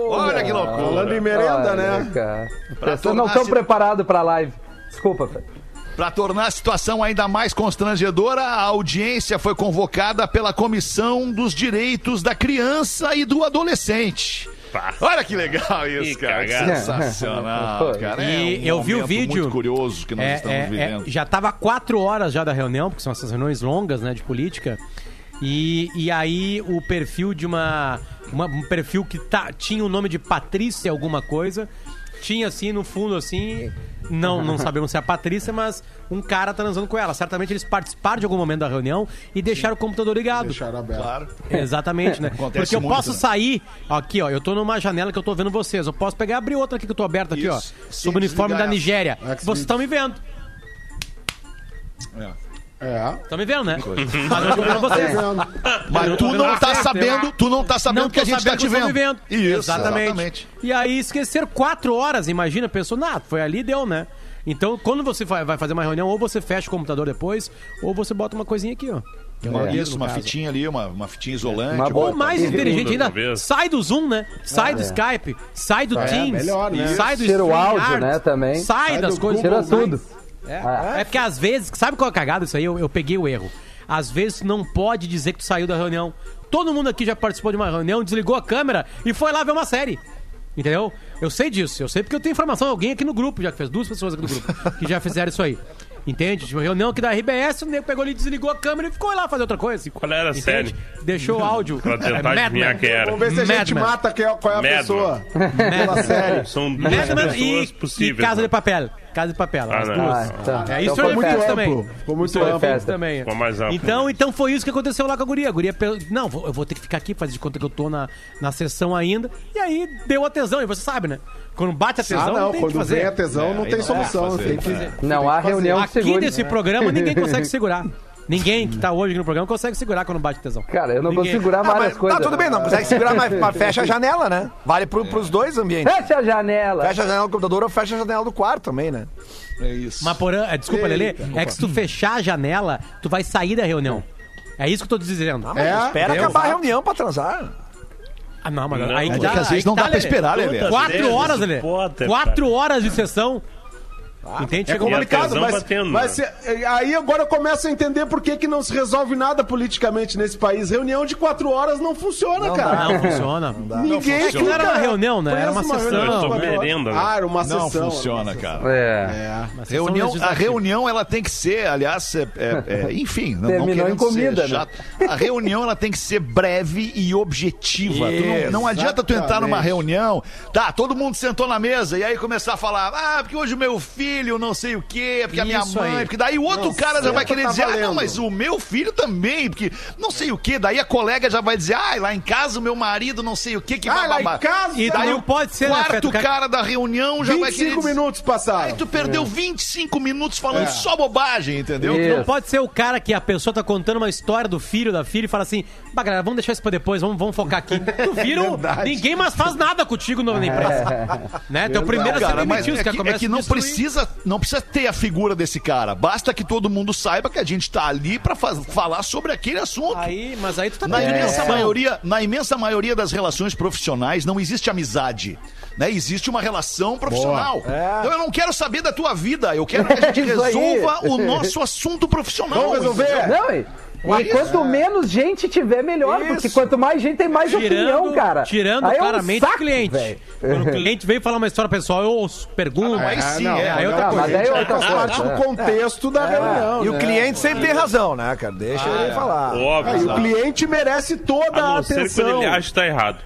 D: Olha que
G: Ah, Falando em
D: loucura.
G: merenda,
H: Olha,
G: né?
H: cara.
D: Pra
H: Vocês não
D: tornar
H: estão
D: se-
H: preparados pra live. Desculpa, velho.
D: Para tornar a situação ainda mais constrangedora, a audiência foi convocada pela Comissão dos Direitos da Criança e do Adolescente.
J: Pá.
D: Olha que legal isso,
J: Que
D: cara.
J: cagada.
D: Sensacional, cara. É
F: E
D: um
F: eu vi o
D: momento
F: vídeo.
D: Muito curioso que nós
F: É,
D: estamos
F: é, é,
D: vivendo.
F: já tava quatro horas já da reunião, porque são essas reuniões longas, né, de política. E, e aí o perfil de uma, uma- um perfil que tá, tinha o nome de Patrícia alguma coisa, tinha assim no fundo assim, não não sabemos se é a Patrícia, mas um cara transando com ela. Certamente eles participaram de algum momento da reunião e deixaram o computador ligado.
G: Deixaram aberto.
D: Claro.
F: Exatamente, né?
D: Acontece
F: Porque eu
D: muito,
F: posso
D: né?
F: sair. Aqui, ó, eu tô numa janela que eu tô vendo vocês. Eu posso pegar e abrir outra aqui que eu tô aberto aqui,
D: Isso.
F: ó.
D: Sem
F: Sob o uniforme
D: desligar
F: da
D: essa.
F: Nigéria.
G: Xvideos.
F: Vocês estão me vendo.
G: É.
F: Estão me vendo, né? Mas eu tô vendo vocês.
D: Mas tu não tá sabendo, tu não tá sabendo
F: Não
D: É. que
F: tô
D: a gente tá
F: sabendo
D: te
F: que vocês
D: vendo.
F: estão me vendo.
D: Isso,
F: exatamente.
D: exatamente.
F: E aí esquecer quatro horas, imagina, pensou, nah, foi ali e deu, né? Então, quando você vai vai fazer uma reunião, ou você fecha o computador depois, ou você bota uma coisinha aqui, ó.
D: Isso, uma fitinha ali, uma, uma fitinha isolante.
H: Uma boa.
F: Ou mais
G: um
H: E-
F: inteligente ainda,
J: Talvez.
F: sai do Zoom, né? Sai do Skype, sai do Teams,
G: É. melhor, né?
F: sai do
H: Tira o
F: StreamYard,
H: áudio, né, também.
F: Sai, das coisas.
H: Tira tudo. Ah.
F: É porque às vezes, sabe qual é a cagada isso aí? Eu, eu peguei o erro. Às vezes tu não pode dizer que tu saiu da reunião. Todo mundo aqui já participou de uma reunião, desligou a câmera e foi lá ver uma série. Entendeu? Eu sei disso, eu sei porque eu tenho informação, alguém aqui no grupo já que fez, duas pessoas aqui no grupo que já fizeram isso aí. Entende? Tipo, reunião que da RBS, o nego pegou ali, desligou a câmera e ficou lá fazer outra coisa. assim.
J: Qual era a
F: Entende?
J: série?
F: Deixou o áudio.
J: Pra
F: É,
J: tentar
F: Mad
J: adivinhar
F: Men.
J: quem era.
G: Vamos ver se a gente
F: Madman.
G: mata quem é, qual é a
J: Madman.
G: pessoa. Pela série.
J: São duas
F: Madman e,
J: pessoas
F: e
J: possíveis.
F: Casa
J: né?
F: de Papel. Casa de Papel,
J: Ah,
F: as
J: não.
F: duas.
H: Ah, tá.
F: É,
H: Então
F: isso
H: foi
F: é
H: muito
F: Netflix
G: amplo.
F: também.
G: Ficou muito
F: Isso é
G: amplo. Ah,
F: Netflix também.
J: Ficou mais né? amplo.
F: Então, então foi isso que aconteceu lá com a guria. A guria pe- não, vou- eu vou ter que ficar aqui, fazer de conta que eu tô na, na sessão ainda. E aí deu a tesão, e você sabe, né? Quando bate a tesão,
G: Ah,
F: não,
G: não,
F: tem o que
G: quando
F: fazer. É,
G: vem a tesão não tem solução. tem que-
H: Não há reunião que
F: Aqui
H: segure.
F: nesse
G: né?
F: programa ninguém consegue segurar. Ninguém que tá hoje aqui no programa consegue segurar quando bate tesão.
H: Cara, eu não
F: Ninguém.
H: consigo segurar
I: Ah,
H: várias
I: mas,
H: coisas.
I: tá tudo bem, não consegue segurar, mas, mas fecha a janela, né? Vale pro, pros dois ambientes.
H: Fecha a janela.
I: Fecha a janela do computador ou fecha a janela do quarto também, né?
D: É isso.
F: Mas, porã, é, desculpa, Lelê, é que se tu fechar a janela, tu vai sair da reunião. É isso que eu tô te dizendo.
I: Ah, mas
G: É,
I: espera
G: deu.
I: acabar a reunião pra transar.
F: Ah, não, mas
J: Não,
F: aí que
J: é
F: dá,
J: que
D: às
F: aí
D: vezes não
F: tá,
D: dá pra
F: Lelê.
D: esperar, Lelê.
J: Todas
F: Quatro
J: vezes,
F: horas, Lelê.
J: Potter,
F: Quatro horas de sessão. Entende? Chega
J: E a
F: uma hora que-
G: complicado,
J: tesão
G: mas,
J: batendo,
G: mas
J: né?
G: se- aí agora eu começo a entender por que, que não se resolve nada politicamente nesse país. Reunião de quatro horas não funciona, cara.
F: Não, funciona.
G: Ninguém
F: funciona. É Não era uma
G: fica
F: reunião, né?
G: preso
F: Era uma
G: numa
F: sessão.
G: reunião de
J: Eu tô
G: quatro horas.
J: merenda, né?
G: Ah, era uma
D: Não
G: sessão.
D: funciona, cara.
H: É.
F: Uma sessão
D: Reunião, a
F: legislativa.
D: reunião ela tem que ser, aliás, é- é- é, enfim, não- não
H: Terminou
D: querendo
H: em comida,
D: ser
H: né?
D: chato. A reunião ela tem que ser breve e objetiva. Tu não, não adianta tu entrar numa
G: Exatamente.
D: reunião, tá? Todo mundo sentou na mesa e aí começar a falar, ah, porque hoje o meu filho não sei o quê, porque a minha
F: Isso
D: mãe,
F: aí.
D: porque daí o outro
G: Não,
D: cara já
G: senta,
D: vai querer
G: tá
D: dizer, ah, não,
G: valendo."
D: mas o meu filho também, porque não sei o quê. Daí a colega já vai dizer, ah, lá em casa o meu marido não sei o quê que
G: Ah,
D: vai
G: lá em
D: babar."
G: casa,
F: E
D: Daí
F: não
D: o
F: pode ser, né,
D: quarto
F: Feto? Ca-
D: cara da reunião já vai querer
G: 25
D: dizer-
G: minutos
D: Aí
G: passaram.
D: tu perdeu 25 minutos falando só bobagem, entendeu?
H: Isso.
F: Não pode ser o cara que a pessoa tá contando uma história do filho, da filha, e fala assim, bah, galera, vamos deixar isso pra depois, vamos, vamos focar aqui. Tu vira, um- ninguém mais faz nada contigo no- na empresa. né? Teu primeiro a ser
D: Cara, mas
F: demitido,
D: é
F: os caras
D: que, é
F: começam
D: que
F: a
D: não
F: destruir.
D: precisa, não precisa ter a figura desse cara. Basta que todo mundo saiba que a gente tá ali pra faz- falar sobre aquele assunto.
F: Aí, mas aí tu tá
D: Na
F: perdendo
D: imensa,
F: a mão.
D: maioria, na imensa maioria das relações profissionais não existe amizade. Né? Existe uma relação profissional. Então eu não quero saber da tua vida, eu quero que a gente
H: É isso aí.
D: resolva o nosso assunto profissional.
G: Vamos resolver.
H: Não, e, e
D: Isso.
H: quanto menos gente tiver, melhor. Porque
D: Isso.
H: quanto mais gente, tem mais opinião, cara.
F: Tirando
H: Aí é um
F: claramente
H: saco,
F: o cliente.
H: velho.
F: Quando o cliente veio falar uma história pessoal, eu ouço, pergunto.
D: Ah, não, aí sim,
G: não,
D: é, aí
G: não,
D: outra
G: não,
D: coisa.
H: mas daí é outra
G: faz parte
H: coisa,
G: do contexto
I: É.
G: da reunião.
I: E o
G: né?
I: cliente sempre tem razão, né, cara? Deixa ele falar.
G: Ah, e
J: Óbvio.
G: o cliente merece toda a,
J: A não ser quando
G: atenção.
J: ele acha que tá errado.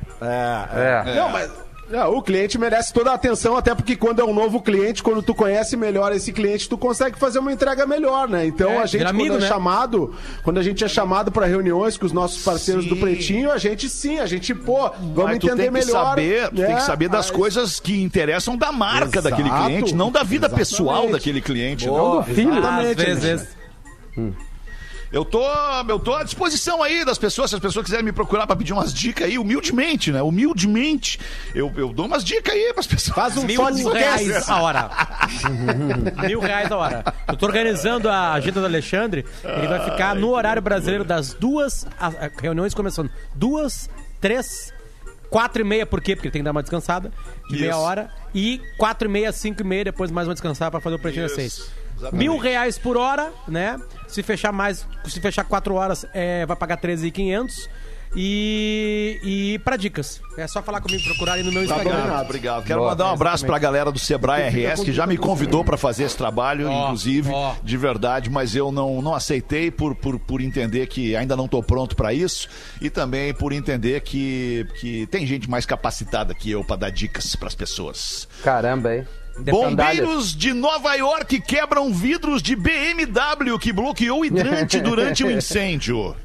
H: É.
G: Não, mas. não, o cliente merece toda a atenção, até porque quando é um novo cliente, quando tu conhece melhor esse cliente, tu consegue fazer uma entrega melhor, né? Então
F: É,
G: a gente,
F: vira
G: quando
F: amigo,
G: é
F: né?
G: chamado, quando a gente é chamado para reuniões com os nossos parceiros do Pretinho, a gente sim, a gente, pô, vamos
D: Mas tu
G: entender
D: tem que
G: melhor.
D: saber, tu tem
G: né?
D: que saber das
G: Aí-
D: coisas que interessam da marca
G: Exato.
D: daquele cliente, não da vida
G: Exatamente.
D: pessoal daquele cliente. né?
H: Não do filho.
F: Às
G: Exatamente,
F: vezes.
D: Eu tô, eu tô à disposição aí das pessoas, se as pessoas quiserem me procurar pra pedir umas dicas aí, humildemente, né? Humildemente, eu, eu dou umas dicas aí pras pessoas. Faz
G: um
D: um
F: Mil reais a hora. Mil reais a hora. Eu tô organizando a agenda do Alexandre. Ele vai ficar no horário brasileiro das duas a- a- reuniões começando. Duas, três, quatro e meia, por quê? Porque ele tem que dar uma descansada de meia
D: Isso.
F: hora. E quatro e meia, cinco e meia, depois mais uma descansada pra fazer o pretinho às
D: Isso,
F: seis.
D: exatamente.
F: Mil reais por hora, né? Se fechar mais, se fechar quatro horas, é, vai pagar 13,500. E, e pra dicas. É só falar comigo, procurar aí no
D: Tá
F: meu Instagram.
D: Obrigado, obrigado. Quero mandar um abraço pra galera do Sebrae RS, que já me convidou pra fazer esse trabalho,
F: Ó,
D: inclusive,
F: ó.
D: de verdade, mas eu não, não aceitei por, por, por entender que ainda não tô pronto pra isso e também por entender que, que tem gente mais capacitada que eu pra dar dicas pras pessoas.
H: Caramba, hein?
D: Bombeiros de Nova York quebram vidros de BMW que bloqueou hidrante durante o incêndio.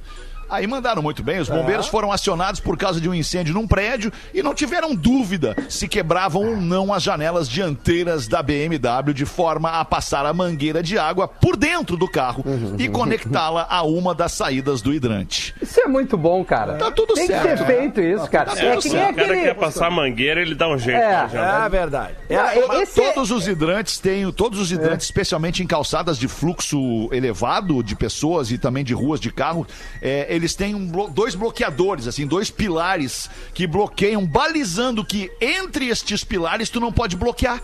D: Aí mandaram muito bem. Os bombeiros foram acionados por causa de um incêndio num prédio e não tiveram dúvida se quebravam ou não as janelas dianteiras da BMW de forma a passar a mangueira de água por dentro do carro e conectá-la a uma das saídas do hidrante.
H: Isso é muito bom, cara.
D: Tá tudo
H: tem
D: certo, Tá
H: que ser feito isso, cara.
D: tudo
H: é
D: certo.
H: que
J: Se
H: nem
J: o cara
H: aquele...
J: quer passar a mangueira, ele dá um jeito.
H: É.
J: né, já.
I: É verdade. É,
H: Não,
I: é-
H: e- esse é-
D: Todos os hidrantes têm, todos os hidrantes, especialmente em calçadas de fluxo elevado de pessoas e também de ruas de carro, é, eles têm um blo- dois bloqueadores, assim, dois pilares que bloqueiam, balizando que entre estes pilares tu não pode bloquear.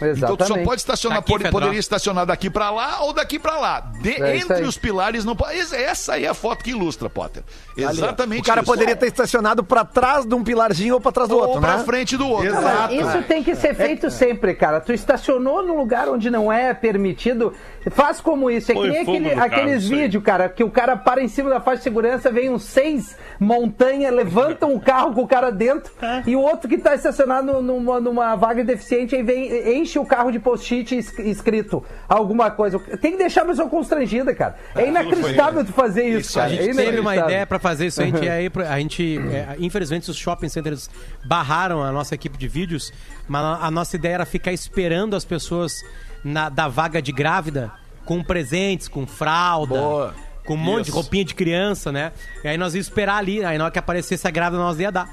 D: Então tu só
H: Exatamente.
D: pode estacionar,
F: Daqui,
D: pode-
F: Fedor.
D: poderia estacionar daqui pra lá ou daqui pra lá. De-
H: É isso
D: entre
H: aí.
D: os pilares não pode. Esse- Essa aí é a foto que ilustra, Potter.
I: Ali, ó.
D: Exatamente.
I: O cara
D: isso.
I: poderia ter estacionado pra trás de um pilarzinho ou pra trás do
D: ou
I: outro,
D: pra
I: né?
D: frente do outro.
G: Exato.
H: Isso tem que ser feito sempre, cara. Tu estacionou num lugar onde não é permitido, faz como isso. É
J: Põe
H: que nem
J: fogo
H: aquele-
J: no carro,
H: aqueles
J: isso aí.
H: vídeos, cara, que o cara para em cima da faixa de segurança, vem uns seis montanha, levantam o carro com o cara dentro e o outro que tá estacionado numa, numa vaga deficiente aí vem, enche o carro de post-it es- escrito alguma coisa. Tem que deixar a pessoa constrangida, cara. É inacreditável tu fazer isso,
D: a
H: cara.
F: A gente
H: é
F: teve uma
H: inacreditável.
F: ideia pra fazer isso, a gente, aí, pro- a gente é, infelizmente os shopping centers barraram a nossa equipe de vídeos, mas a a nossa ideia era ficar esperando as pessoas na- da vaga de grávida com presentes, com fralda.
I: Boa.
F: Com um monte de roupinha de criança, né? E aí nós ia esperar ali, aí na hora que aparecesse a grávida nós ia dar.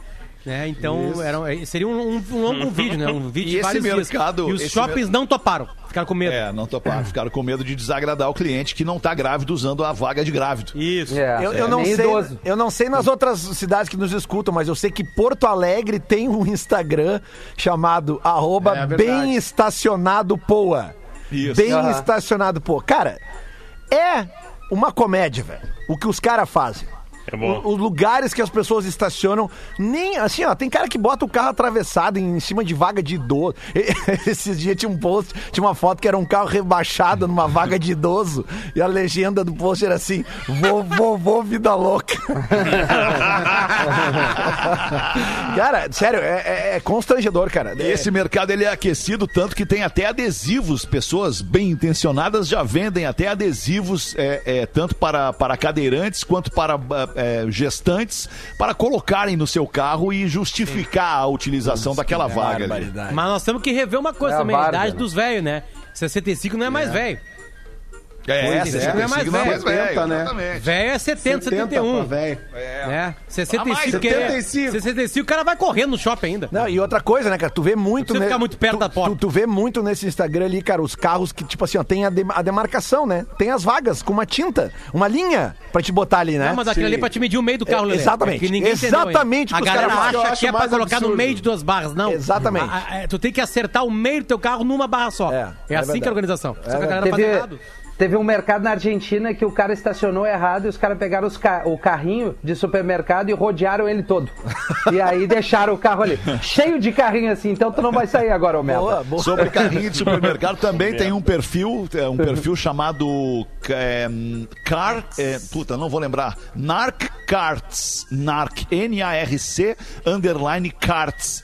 F: Né? Então era, seria um, um- um longo vídeo, né? Um vídeo
D: E
F: de
D: esse
F: vários
D: mercado-
F: dias. E os
D: esse
F: shoppings não toparam, ficaram com medo.
D: É, não toparam. Ficaram com medo de desagradar o cliente que não tá grávido usando a vaga de grávido.
F: Isso.
H: É,
I: Eu, eu não
H: nem
I: sei,
H: idoso.
I: eu não sei nas outras cidades que nos escutam, mas eu sei que Porto Alegre tem um Instagram chamado arroba
G: É verdade.
I: bem estacionado poa.
D: Isso.
I: Bem
H: Aham.
I: estacionado poa. Cara, é uma comédia, velho. O que os caras fazem.
J: É bom.
I: O- Os lugares que as pessoas estacionam, nem assim, ó, tem cara que bota o carro atravessado em cima de vaga de idoso. Esses dias tinha um post, tinha uma foto que era um carro rebaixado numa vaga de idoso, e a legenda do post era assim: vovô, vovô, vida louca. cara, sério, é, é- é constrangedor, cara. É-
D: Esse mercado ele é aquecido tanto que tem até adesivos. Pessoas bem intencionadas já vendem até adesivos, é, é, tanto para, para cadeirantes quanto para ba- é, gestantes, para colocarem no seu carro e justificar a utilização daquela vaga. ali.
F: Mas nós temos que rever uma coisa
H: É a
F: também, a
H: Bárbara,
F: idade
H: né?
F: dos velhos, né? 65 não é mais velho.
D: É,
F: Pois é,
D: 65
F: não é mais
D: não é mais
F: velho,
D: velho,
G: né?
D: exatamente.
F: Velho é 70, 71.
G: velho.
D: um.
F: né? 65,
D: Ah, mais,
F: que é-
G: 75.
F: 65, o cara vai correndo no shopping ainda.
I: Não, e outra coisa, né, cara? Tu vê muito.
F: Não precisa ficar muito perto
I: tu,
F: da porta.
I: Tu, tu vê muito nesse Instagram ali, cara, os carros que, tipo assim, ó, tem a, de- a demarcação, né? Tem as vagas com uma tinta, uma linha pra te botar ali, né?
F: Não, mas aquilo ali é pra te medir o meio do carro,
I: É,
F: Lelê.
I: exatamente.
F: que ninguém entendeu ainda.
I: Exatamente o
F: A
I: que os
F: galera
I: caras
G: falam.
F: acha que é
G: Eu acho
F: pra
G: mais
F: colocar no
G: absurdo.
F: meio de duas barras, não.
I: Exatamente.
F: A- a- é, tu tem que acertar o meio do teu carro numa barra só.
I: É,
F: É,
I: é
F: assim que
I: verdade.
F: é a organização. só que a galera faz
H: Teve,
F: errado.
H: teve um mercado na Argentina que o cara estacionou errado e os caras pegaram os ca- o carrinho de supermercado e rodearam ele todo. E aí deixaram o carro ali. Cheio de carrinho assim, então tu não vai sair agora, ô
I: Boa,
H: merda.
I: boa.
D: Sobre carrinho de supermercado também tem um perfil, é, um perfil chamado é, Car, é, puta, não vou lembrar, Narc Carts, Narc, N-A-R-C, underline Carts,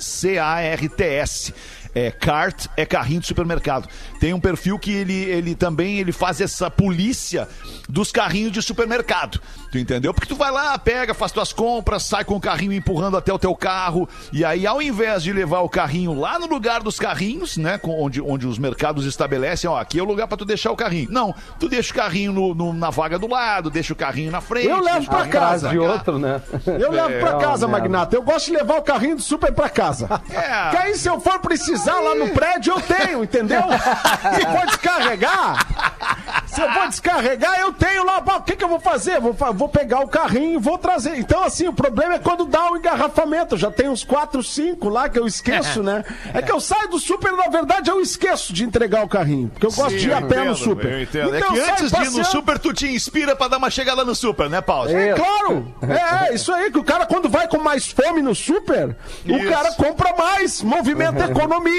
D: C-A-R-T-S. É, cart é carrinho de supermercado. Tem um perfil que ele, ele também ele faz essa polícia dos carrinhos de supermercado. Tu entendeu? Porque tu vai lá, pega, faz tuas compras, sai com o carrinho empurrando até o teu carro. E aí, ao invés de levar o carrinho lá no lugar dos carrinhos, né? com- onde, onde os mercados estabelecem, ó, aqui é o lugar pra tu deixar o carrinho. Não, tu deixa o carrinho no- no- na vaga do lado, deixa o carrinho na frente.
G: Eu levo
D: deixa o
G: pra
D: carrinho
G: casa.
D: pra
H: De
D: cá.
H: outro, né?
G: Eu levo pra
H: não,
G: casa,
H: merda.
G: Magnata. Eu gosto de levar o carrinho do super pra casa.
D: É.
G: Que aí, se eu for precisar lá no prédio, eu tenho, entendeu? Se for descarregar, se eu for descarregar, eu tenho lá. Bah, O que, que eu vou fazer? Vou, fa- vou pegar o carrinho e vou trazer. Então, assim, o problema é quando dá o engarrafamento. Eu já tenho uns 4, 5 lá que eu esqueço, né? É que eu saio do super, na verdade, eu esqueço de entregar o carrinho. Porque eu gosto de ir a pé no super.
D: Eu entendo. é
G: Então,
D: que
G: eu saio
D: antes de ir no
G: passeando.
D: super, tu te inspira pra dar uma chegada no super, né, Paulo?
G: É claro! É, é, isso aí, que o cara quando vai com mais fome no super,
D: Isso.
G: o cara compra mais, movimenta a economia.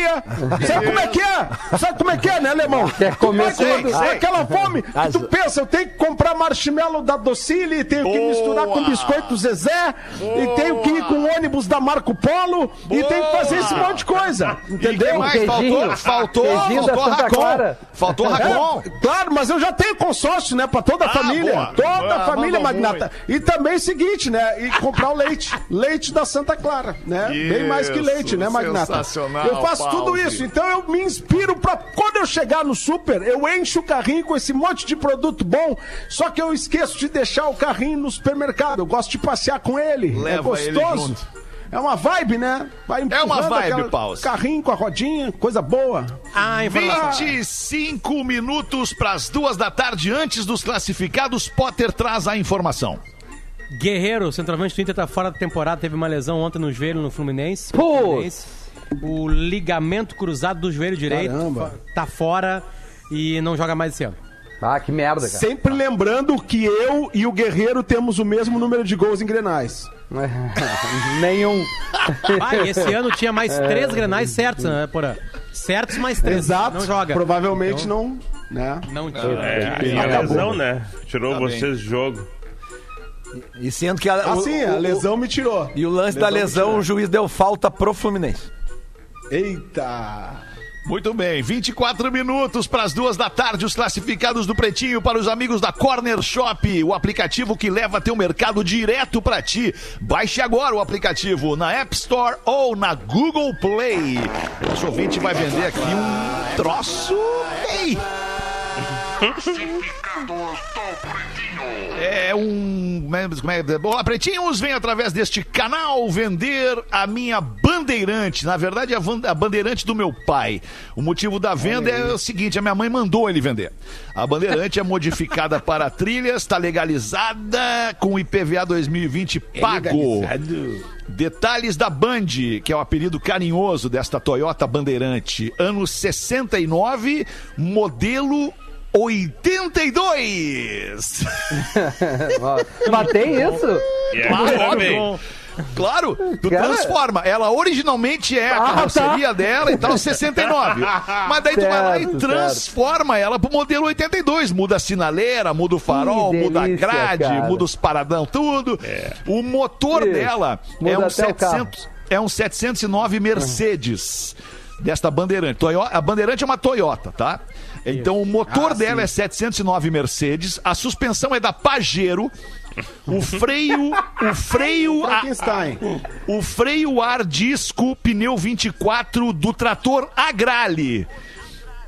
G: Sabe como é que é? Sabe como é que é, né, alemão?
H: Quer
G: Tu vai
H: comer
G: com
H: tudo.
G: uma-
D: Sei, sei.
G: aquela fome, que tu pensa, eu tenho que comprar marshmallow da Docile, tenho que
D: Boa.
G: misturar com biscoito Zezé, e tenho que ir com ônibus da Marco Polo, e tenho que fazer esse monte de coisa, entendeu? Um
D: Mas
H: queijinho.
D: faltou, faltou,
H: Queijinho da
D: faltou
H: Santa
D: Racon.
H: Clara.
D: Faltou Racon.
G: É, claro, mas eu já tenho consórcio, né? Pra toda a
D: Tá Ah,
G: família.
D: boa.
G: Toda
D: Ah,
G: a família,
D: mandou
G: Magnata. E também o seguinte, né? E comprar o leite. leite da Santa Clara, né? Bem mais que leite, né, Magnata?
D: sensacional,
G: Eu faço
D: Paulo.
G: tudo isso. Então eu me inspiro pra. Quando eu chegar no super, eu encho o carrinho com esse monte de produto bom. Só que eu esqueço de deixar o carrinho no supermercado. Eu gosto de passear com ele. é
D: Leva ele
G: gostoso.
D: junto. É
G: É uma vibe, né? Vai empurrando
D: uma vibe,
G: aquela-
D: Pausa.
G: Carrinho com a rodinha, coisa boa.
F: Ah, informação.
D: 25 minutos para as duas da tarde, antes dos classificados, Potter traz a informação.
F: Guerreiro, centroavante do Inter, tá fora da temporada, teve uma lesão ontem no joelho no Fluminense.
H: Putz.
F: Fluminense. o ligamento cruzado do joelho direito.
G: Caramba.
F: Tá fora e não joga mais esse ano.
H: Ah, que merda, cara.
G: Sempre lembrando que eu e o Guerreiro temos o mesmo número de gols em Grenais.
H: Nenhum.
F: Ah, e esse ano tinha mais
G: É.
F: três grenais certos, né, Porã? Certos mais três.
G: Exato.
F: Não joga.
G: Provavelmente
F: Então,
G: não. Né?
F: Não tinha.
J: É, aí a
G: Acabou.
J: lesão, né? Tirou vocês do jogo.
I: E sendo que a, o-
G: Assim,
I: o-
G: a
I: o-
G: lesão me tirou.
I: E o lance da lesão, o juiz deu falta pro Fluminense.
G: Eita!
D: Muito bem, 24 minutos para as duas da tarde, os classificados do Pretinho para os amigos da Corner Shop, o aplicativo que leva teu mercado direto para ti. Baixe agora o aplicativo na App Store ou na Google Play. Nosso ouvinte vai vender aqui um troço. Ei! É um. Como é, Olá, pretinhos! Vem através deste canal vender a minha bandeirante. Na verdade, a, van- a bandeirante do meu pai. O motivo da venda é o seguinte: a minha mãe mandou ele vender. A bandeirante é modificada para trilhas, está legalizada com IPVA 2020 pago. Detalhes da Band, que é o apelido carinhoso desta Toyota Bandeirante. Ano 69, modelo 82.
H: Mas tem isso?
J: E é
D: Claro,
J: jovem.
D: óbvio. Claro, tu
H: Cara. Ah, tá.
D: transforma. Ela originalmente é a carroceria dela e tal, 69. Mas daí tu vai lá e
H: Certo,
D: transforma ela pro modelo 82. Muda a sinaleira, muda o farol,
H: Que
D: muda a
H: delícia,
D: grade,
H: cara.
D: muda os paradão, tudo. O motor
H: Isso.
D: dela é
H: Muda
D: um,
H: até o carro.
D: 700, é um 709 Mercedes. Desta Bandeirante. Toyo- a Bandeirante é uma Toyota, tá? Então o motor
H: Ah,
D: dela é 709 Mercedes, a suspensão é da Pajero, o freio, o freio, a-
G: Frankenstein.
D: o freio ar disco pneu 24 do trator Agrale.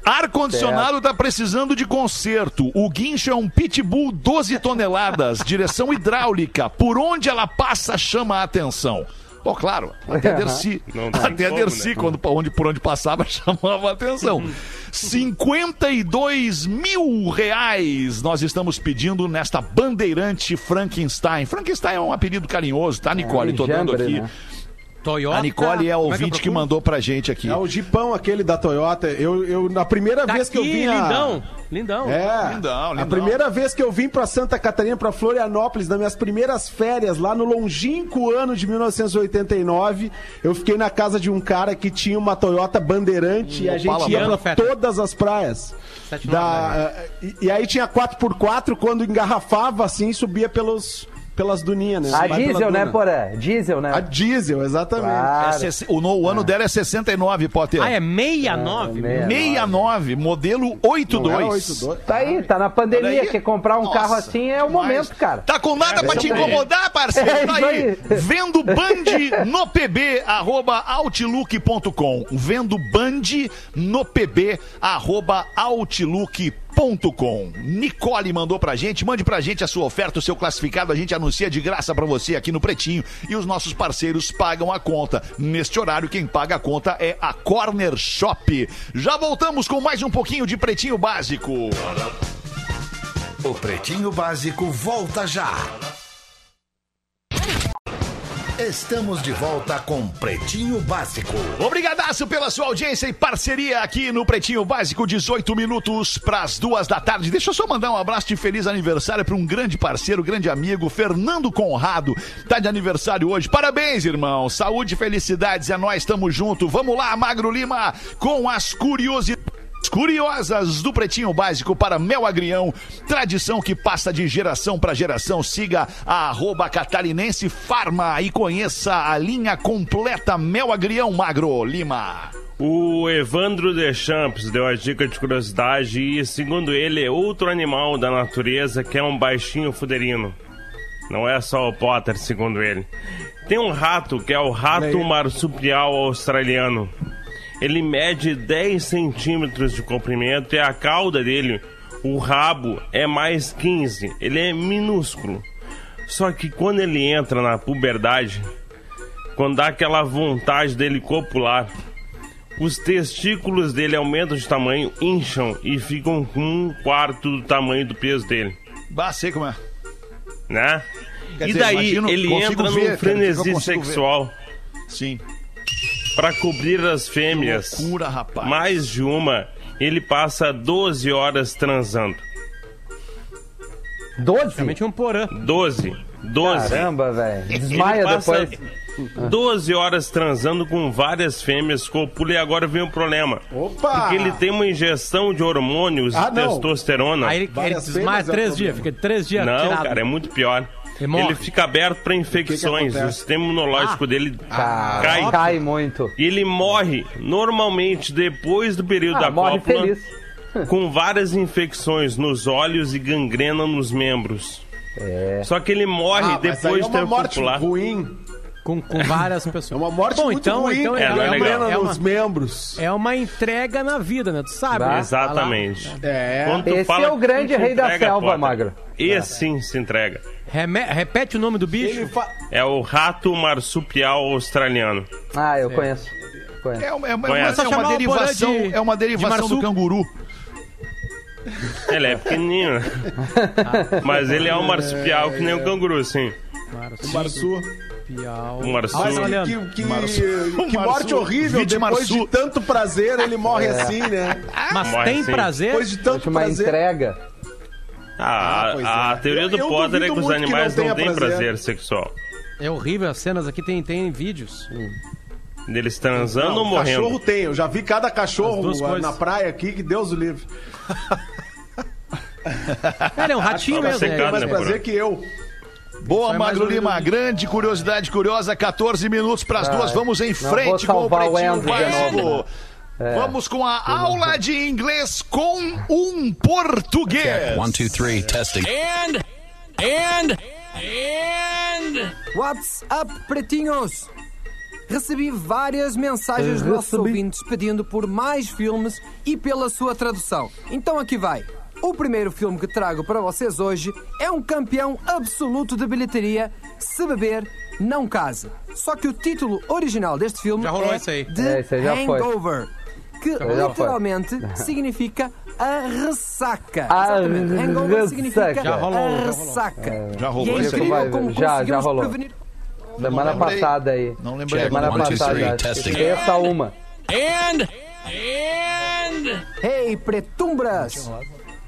D: Ar-condicionado tá precisando de conserto. O guincho é um pitbull 12 toneladas, direção hidráulica. Por onde ela passa chama a atenção. Pô, claro, até a Dercy.
J: Não tem
D: até a
J: como,
D: Dercy,
J: né?
D: quando, onde, por onde passava, chamava a atenção. 52 mil reais nós estamos pedindo nesta bandeirante Frankenstein. Frankenstein é um apelido carinhoso, tá, Nicole? Tô dando
H: enjambre,
D: aqui.
H: né?
F: Toyota.
D: A Nicole é o
F: Como
D: ouvinte que,
F: eu procuro?
D: mandou pra gente aqui.
G: É o jipão aquele da Toyota. Eu, eu na primeira
F: Tá
G: vez que eu
F: aqui,
G: vim a...
F: lindão. Lindão.
G: É.
D: Lindão, lindão.
G: A primeira vez que eu vim pra Santa Catarina, pra Florianópolis, nas minhas primeiras férias, lá no longínquo ano de 1989, eu fiquei na casa de um cara que tinha uma Toyota Bandeirante e a gente
D: Opala
G: ia
F: branco.
G: pra todas as praias.
F: Sete nove,
G: Da, e, e aí tinha 4x4, quando engarrafava assim, subia pelos, pelas duninhas, né?
H: A
G: Vai pela
H: diesel, né,
G: duna.
H: Porã? Diesel, né?
G: A diesel, exatamente.
D: É
H: Claro.
D: se- o, no- o ano dela é 69, Potter.
F: Ah, é 69?
H: É, é.
D: 69, modelo
G: Não é era
D: 82.
G: 8-2.
H: Tá aí, tá na
D: Olha
H: pandemia.
D: aí.
H: Quer comprar um
D: Nossa,
H: carro assim é o
D: demais.
H: momento, cara.
D: Tá com nada pra te incomodar, parceiro?
H: É
D: tá
H: isso
D: aí.
H: aí.
D: Vendo Band no PB, arroba outlook.com. Vendo Band no PB, arroba outlook.com. Nicole mandou pra gente, mande pra gente a sua oferta, o seu classificado, a gente anuncia de graça pra você aqui no Pretinho e os nossos parceiros pagam a conta. Neste horário, quem paga a conta é a Corner Shop. Já voltamos com mais um pouquinho de Pretinho Básico.
E: O Pretinho Básico volta já. Estamos de volta com Pretinho Básico.
D: Obrigadaço pela sua audiência e parceria aqui no Pretinho Básico, 18 minutos para as duas da tarde. Deixa eu só mandar um abraço de feliz aniversário para um grande parceiro, grande amigo, Fernando Conrado. Tá de aniversário hoje. Parabéns, irmão. Saúde e felicidades. É nós, tamo junto. Vamos lá, Magro Lima, com as curiosidades curiosas do Pretinho Básico para Mel Agrião, tradição que passa de geração para geração. Siga a arroba catarinense Farma e conheça a linha completa Mel Agrião Magro Lima.
J: O Evandro Deschamps deu a dica de curiosidade e, segundo ele, é outro animal da natureza que é um baixinho fuderino. Não é só o Potter, segundo ele. Tem um rato que é o rato marsupial australiano. Ele mede 10 centímetros de comprimento e a cauda dele, o rabo, é mais 15. Ele é minúsculo. Só que quando ele entra na puberdade, quando dá aquela vontade dele copular, os testículos dele aumentam de tamanho, incham e ficam com um quarto do tamanho do peso dele,
D: Bah, sei como é.
J: né?
D: Quer
J: e
D: dizer,
J: daí
D: imagino-
J: ele
D: consigo
J: entra
D: ver,
J: num
D: cara, que eu
J: frenesi
D: consigo ver.
J: sexual.
D: Sim.
J: para cobrir as fêmeas.
D: loucura, rapaz.
J: Mais de uma, ele passa 12 horas transando.
K: 12?
F: Realmente um porã.
J: 12. 12.
K: Caramba, velho.
J: Ele
K: Desmaia
J: passa
K: depois.
J: 12 horas transando com várias fêmeas copula e agora vem o problema.
G: Opa!
J: Porque ele tem uma injeção de hormônios
G: Ah,
J: de
G: não.
J: testosterona.
F: Aí ele, ele
G: Várias
F: desmaia
G: penas é o
F: três
G: problema.
F: dias, fica três dias
J: Não,
F: tirado.
J: cara, é muito pior.
F: Ele morre.
J: Ele fica aberto para infecções, o
G: acontece?
J: sistema
K: Ah.
J: imunológico dele
K: Cai.
J: cai.
K: Cai muito.
J: E ele morre normalmente depois do período
K: Ah,
J: da
K: morre
J: cópula,
K: feliz.
J: com várias infecções nos olhos e gangrena nos membros.
K: É.
J: Só que ele morre
G: Ah, mas aí
J: depois
G: é
J: de ter
G: uma morte
J: copular.
G: ruim.
F: Com, com várias pessoas.
G: É uma morte
F: Bom,
G: muito
F: então,
G: ruim.
F: Então, é,
J: não é
F: uma-
J: legal.
G: Gangrena
F: é uma,
G: nos membros.
F: é uma entrega na vida, né? Tu sabe?
K: Bah.
F: né?
J: Exatamente.
G: É.
J: Quando tu
K: Esse é o
J: que
K: grande
J: tu te
K: rei da
J: entrega,
K: selva,
J: Potter,
K: Magro.
J: Esse sim se entrega.
F: Reme- repete o nome do bicho.
G: Ele fa-
J: É o rato marsupial australiano.
K: Ah, eu conheço. Conheço.
D: É uma, é uma-
J: Conhece?
D: é
J: Só
D: uma
F: chamar o Porã
D: derivação,
F: de-
D: é uma derivação do
F: de marsup-
D: canguru.
J: Ele é pequenininho, né? Mas ele é um marsupial que nem o canguru, sim.
G: Marçu.
F: Piau.
J: Um
G: Mas
J: marsupial.
F: Olha,
G: que, que, que,
D: Marçu.
G: que morte
D: Marçu.
G: horrível.
D: Vide
G: Depois
D: Marçu.
G: de tanto prazer, ele morre assim, né?
F: Mas
J: Morre assim.
F: tem
J: sim.
F: prazer?
G: Depois de tanto
K: É. Uma
G: prazer.
K: entrega.
J: Ah,
G: Ah, pois
J: a,
G: é.
J: a teoria
G: Eu-
J: do
G: eu
J: Potter é que
G: duvido
J: os
G: muito que
J: animais
G: não
J: não,
G: tenha
J: têm prazer.
G: prazer.
J: sexual.
F: É horrível, as cenas aqui tem, tem vídeos.
H: Hum.
J: Deles transando ou morrendo.
G: Cachorro tem, eu já vi cada cachorro
F: As duas
G: ah,
F: coisas.
G: na praia aqui, que Deus o livre.
F: Cara, é um ratinho
J: Tá
F: mesmo.
J: secado,
F: né?
G: Tem mais
J: né,
G: prazer que eu.
D: Boa,
F: Só é mais
D: Magro
F: um
D: Lima. Grande curiosidade curiosa. 14 minutos para as duas. Vamos em
K: vou
D: frente com o
K: salvar o
D: Pretinho
K: Andrew de né? É.
D: Básico. Vamos com a aula de inglês com um português.
E: One, two, three, testing.
H: What's up, pretinhos? Recebi várias mensagens dos nossos ouvintes pedindo por mais filmes e pela sua tradução. Então aqui vai. O primeiro filme que trago para vocês hoje é um campeão absoluto de bilheteria, Se Beber, Não Casa. Só que o título original deste filme
F: Já rolou
H: é
F: esse aí.
H: The
K: É, esse aí já foi.
H: Hangover, que
K: foi.
H: literalmente significa a ressaca.
K: A
H: Exatamente. Hangover significa
K: ressaca. Já
F: rolou, Ah, um. já rolou.
H: a ressaca.
D: Já rolou
H: E é
D: esse aí.
H: incrível como
K: Já, já
H: conseguimos
K: rolou.
H: prevenir
K: Semana
D: lembrei.
K: passada aí.
D: Não lembrei
K: Semana
E: agora. One, two, three,
K: passada. acho que
E: testing.
K: Terça uma.
H: Ei, pretumbras!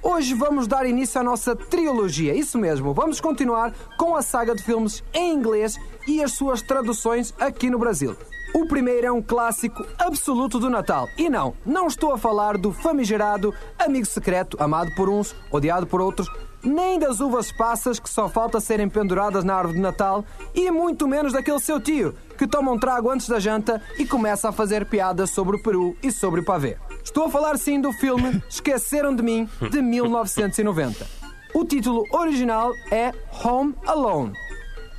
H: Hoje vamos dar início à nossa trilogia, isso mesmo. Vamos continuar com a saga de filmes em inglês e as suas traduções aqui no Brasil. O primeiro é um clássico absoluto do Natal. E não, não estou a falar do famigerado amigo secreto, amado por uns, odiado por outros, nem das uvas passas que só falta serem penduradas na árvore de Natal, e muito menos daquele seu tio que toma um trago antes da janta e começa a fazer piadas sobre o Peru e sobre o pavê. Estou a falar sim do filme Esqueceram de Mim, de 1990. O título original é Home Alone.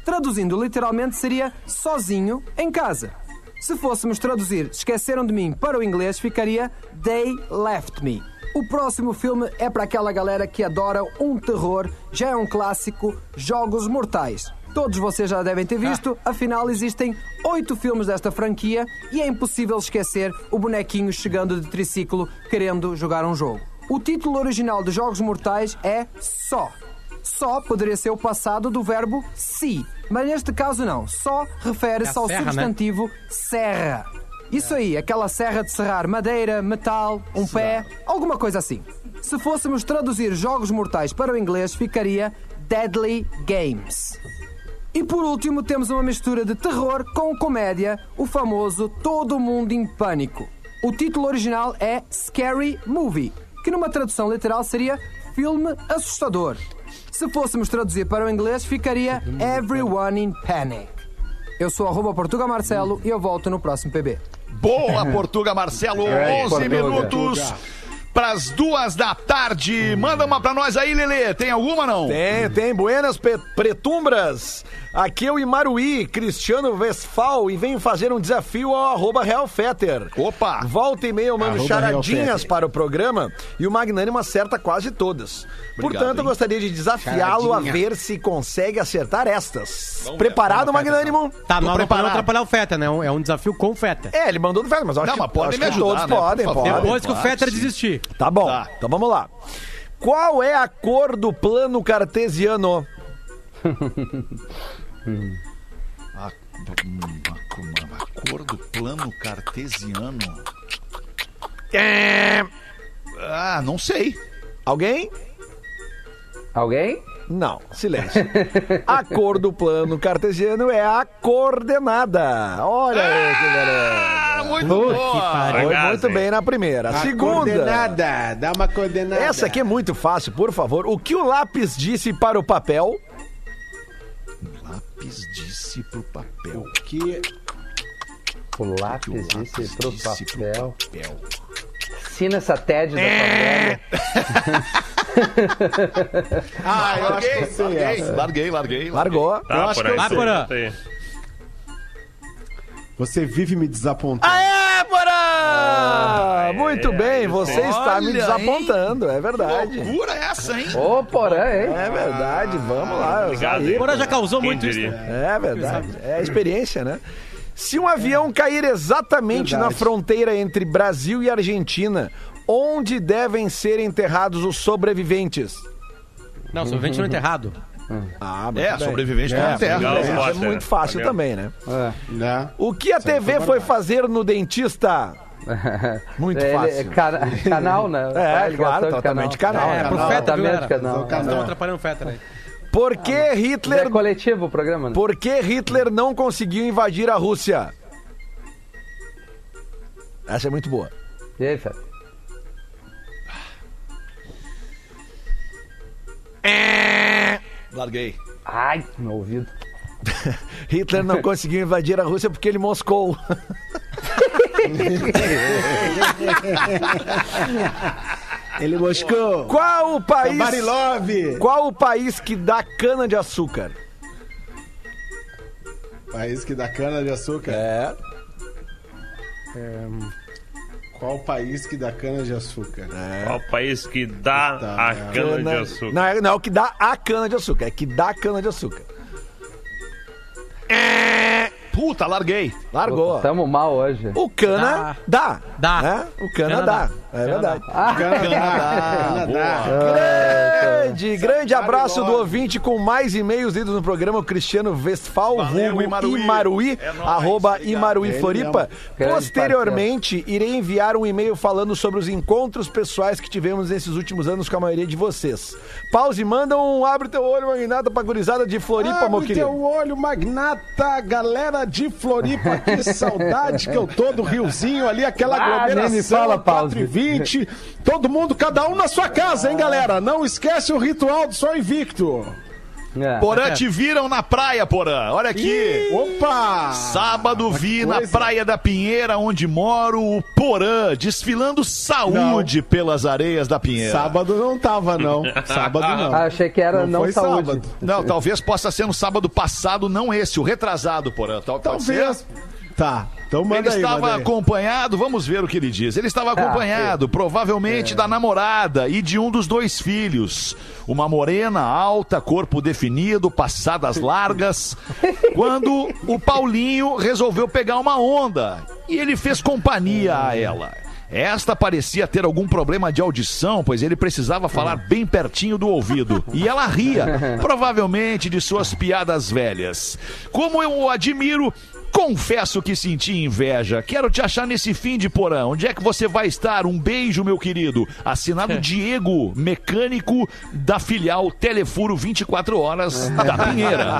H: Traduzindo literalmente seria sozinho em casa. Se fôssemos traduzir Esqueceram de Mim para o inglês, ficaria They Left Me. O próximo filme é para aquela galera que adora um terror, já é um clássico, Jogos Mortais. Todos vocês já devem ter visto, afinal existem oito filmes desta franquia e é impossível esquecer o bonequinho chegando de triciclo querendo jogar um jogo. O título original de Jogos Mortais é Só. Só poderia ser o passado do verbo se, mas neste caso não. Só refere-se
F: É a
H: ao
F: serra, né?
H: substantivo serra. Isso aí, aquela serra de serrar madeira, metal, um pé, alguma coisa assim. Se fôssemos traduzir jogos mortais para o inglês, ficaria Deadly Games. E por último, temos uma mistura de terror com comédia, o famoso Todo Mundo em Pânico. O título original é Scary Movie, que numa tradução literal seria filme assustador. Se fôssemos traduzir para o inglês, ficaria Everyone in Panic. Eu sou arroba Portuga Marcelo e eu volto no próximo PB.
D: Boa, Portuga Marcelo. 11
K: Portuga.
D: minutos para as duas da tarde. Manda uma para nós aí, Lelê. Tem alguma não?
I: Tem, tem. Buenas pe- pretumbras. Aqui é o Imaruí, Cristiano Vesfal, e venho fazer um desafio ao arroba Real Fetter.
D: Opa.
I: Volta e meia eu mando
G: Arroba Real
I: charadinhas
G: Fetter.
I: para o programa e o Magnânimo acerta quase todas. Portanto, eu
D: hein?
I: gostaria de desafiá-lo a
G: Charadinha.
I: ver se consegue acertar estas. Preparado, Magnânimo?
F: Tá,
D: Tô
F: nós não
D: preparado.
F: podemos atrapalhar o Feta, né? É um- É um desafio com o Feta.
I: É, ele mandou do velho, mas eu acho
D: Não,
I: que,
D: mas podem
I: acho
D: me
I: que
D: ajudar,
I: todos
D: né? Por
I: podem,
D: favor.
I: podem.
F: Depois que o
D: claro,
F: Feta
D: sim.
F: desistir.
I: Tá bom,
D: Tá.
I: então vamos lá. Qual é a cor do plano cartesiano?
D: Uma- Acordo plano cartesiano. Ah, não sei.
I: Alguém?
H: Alguém?
I: Não, silêncio. Acordo plano cartesiano é a coordenada. Olha aí, que beleza.
D: Ah, muito
I: Foi muito bem na primeira. A segunda.
L: Coordenada, dá uma coordenada.
I: Essa aqui é muito fácil, por favor. O que o lápis disse para o papel?
D: Lápis disse pro papel.
L: Que...
H: O lápis disse pro
D: disse pro
H: papel.
D: papel.
H: Assina essa TED da favela.
L: Ah, eu acho que eu sei
D: Larguei,
L: essa.
D: larguei, larguei.
I: Largou.
L: Eu
J: Tá,
L: acho
J: por aí.
L: que eu sei.
J: Tá aí.
L: Você vive me desapontando.
I: Aê, Porã! Ah, Muito bem, você está me
D: É, Olha,
I: desapontando, é verdade.
D: Loucura essa, hein?
H: Ô, porã, hein?
I: É verdade, vamos lá.
J: Obrigado.
I: Aí,
J: hein?
F: Agora já causou
J: Quem
F: muito isso,
J: diria?
I: É verdade. É a experiência, né? Se um avião cair exatamente na
L: Verdade.
I: fronteira entre Brasil e Argentina, onde devem ser enterrados os sobreviventes?
F: Não, sobrevivente não é enterrado.
I: Ah, mas
D: É, sobrevivente tá na terra.
J: legal,
I: é
J: Potter.
I: muito fácil
J: Valeu.
I: também, né?
L: Né?
I: O que a TV foi fazer no dentista? É. Muito
H: É, Ele-
I: fácil.
H: cana- canal, né? Ah,
I: É,
H: ligação
I: claro,
H: de
I: totalmente canal.
F: é,
I: né?
F: pro Feta, viu,
H: Totalmente
F: galera?
H: canal.
L: Mas é o canal.
F: Estão atrapalhando o Feta, né?
I: Por que
H: É
I: Hitler,
H: coletivo o programa, né?
I: por que Hitler não conseguiu invadir a Rússia? Essa é muito boa.
H: E aí, Feta?
D: Larguei.
H: Ai, meu ouvido.
I: Hitler não conseguiu invadir a Rússia porque ele moscou.
L: Ele moscou. É
I: Qual o país?
L: Somebody love.
I: Qual o país que dá cana de açúcar?
L: País que dá cana de açúcar.
I: É.
L: Qual país que dá cana de açúcar?
D: É.
J: Qual o país que dá
L: Tá,
J: a
L: é.
J: cana de açúcar?
I: Não, é- não é o que dá a cana de açúcar, é que dá cana de açúcar.
D: Puta, larguei.
I: Largou.
H: Tamo mal hoje.
I: O cana dá.
F: Dá.
I: né? O cana, dá. É verdade.
L: Canadá. Canadá.
I: Grande, grande abraço do ouvinte com mais e-mails lidos no programa, o Cristiano Westphal,
D: Valeu,
I: vulgo
D: Imaruí.
I: Imaruí,
D: É nóis,
I: arroba
D: obrigado.
I: Imaruí
L: Ele
I: Floripa.
H: Grande
I: Posteriormente, irei enviar um e-mail falando sobre os encontros pessoais que tivemos nesses últimos anos com a maioria de vocês. Pause, manda um abre teu olho, Magnata, pra gurizada de Floripa, meu
L: Abre
I: querido.
L: teu olho, magnata, galera de Floripa, que saudade que eu tô do Riozinho ali, aquela
H: Ah,
L: aglomeração,
H: nem me fala,
L: 4 e
H: Pause.
L: 20, todo mundo, cada um na sua casa, hein, galera? Não esquece o ritual do Só Invicto.
H: É.
D: Porã, te viram na praia, Porã. Olha aqui.
L: Opa!
D: Sábado vi na
L: coisa.
D: Praia da Pinheira, onde moro, o Porã, desfilando saúde pelas areias da Pinheira.
L: Sábado não tava, não. Sábado não.
H: Ah, achei que era não,
L: foi
H: saúde.
L: sábado.
D: Não, talvez possa ser no sábado passado, não esse, o retrasado, Porã. Tal, pode ser?
L: Talvez. Tá, então manda
D: ele
L: aí,
D: estava
L: manda aí. Ah,
D: acompanhado, vamos ver o que ele diz. Ele estava acompanhado,
L: É.
D: provavelmente da namorada e de um dos dois filhos. Uma morena, alta, corpo definido, passadas largas. quando o Paulinho resolveu pegar uma onda e ele fez companhia a ela. Esta parecia ter algum problema de audição, pois ele precisava falar bem pertinho do ouvido. E ela ria, provavelmente de suas piadas velhas. Como eu o admiro, confesso que senti inveja. Quero te achar nesse fim de porã. Onde é que você vai estar? Um beijo, meu querido. Assinado Diego, mecânico da filial Telefuro 24 Horas da Pinheira.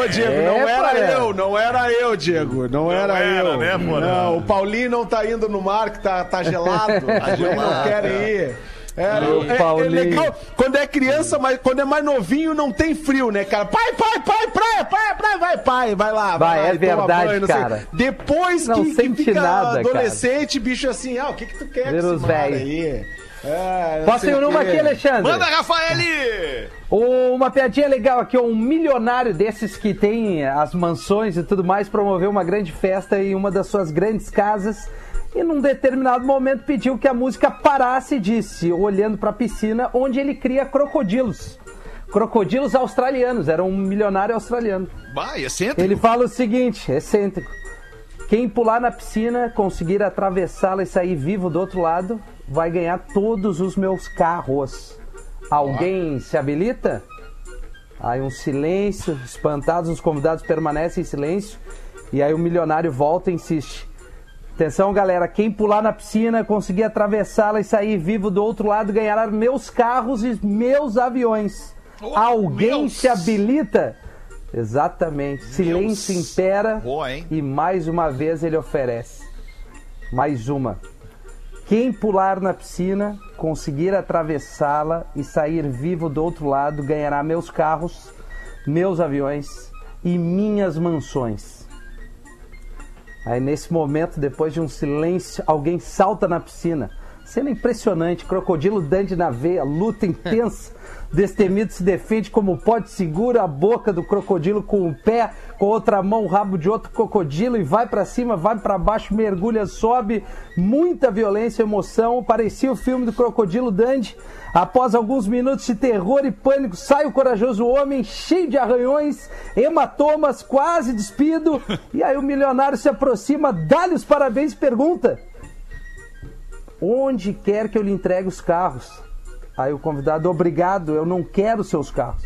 L: Ô, Diego, não
H: É,
L: era
H: Porã.
L: eu, não era eu, Diego. Não, era,
D: era,
L: eu.
D: né, Porã?
L: não, o Paulinho não tá indo no mar, que tá, tá gelado. Tá gelado. Não querem ir. É, é- é
H: Paulinho.
L: legal. Quando é criança, mas quando é mais novinho, não tem frio, né, cara? Pai, pai, pai, praia, praia, praia, vai, pai, vai lá.
H: Vai,
L: lá
H: é
L: e toma
H: verdade,
L: não sei.
H: cara.
L: Depois
H: Não
L: que, que
H: sente
L: fica
H: nada,
L: adolescente, bicho assim, ah, o que que tu quer
H: Vira
L: com
H: os
L: esse mar
H: velho.
L: aí? É, não
H: Posso
L: sei
H: ir
L: o
H: numa
L: quê.
H: aqui, Alexandre?
D: Manda, Rafaeli!
H: Uma piadinha legal aqui, ó. um milionário desses que tem as mansões e tudo mais promoveu uma grande festa em uma das suas grandes casas e num determinado momento pediu que a música parasse e disse, olhando para a piscina, onde ele cria crocodilos. Crocodilos australianos, era um milionário australiano.
D: Vai, excêntrico.
H: Ele fala o seguinte, excêntrico. Quem pular na piscina, conseguir atravessá-la e sair vivo do outro lado, vai ganhar todos os meus carros. Alguém se habilita? Aí um silêncio, espantados, os convidados permanecem em silêncio. E aí o milionário volta e insiste. Atenção, galera, quem pular na piscina, conseguir atravessá-la e sair vivo do outro lado, ganhará meus carros e meus aviões.
D: Oh,
H: Alguém se habilita? Exatamente. Silêncio impera.
D: Boa, hein?
H: E mais uma vez ele oferece. Mais uma. Quem pular na piscina, conseguir atravessá-la e sair vivo do outro lado, ganhará meus carros, meus aviões e minhas mansões. Aí nesse momento, depois de um silêncio, alguém salta na piscina. Cena impressionante, crocodilo dante na veia, luta intensa. Destemido se defende como pode, segura a boca do crocodilo com um pé, com outra mão o rabo de outro crocodilo e vai pra cima, vai pra baixo, mergulha, sobe. Muita violência, emoção. Parecia o filme do crocodilo Dandy. Após alguns minutos de terror e pânico, sai o corajoso homem, cheio de arranhões, hematomas, quase despido. E aí o milionário se aproxima, dá-lhe os parabéns e pergunta: onde quer que eu lhe entregue os carros. Aí o convidado, obrigado, eu não quero seus carros.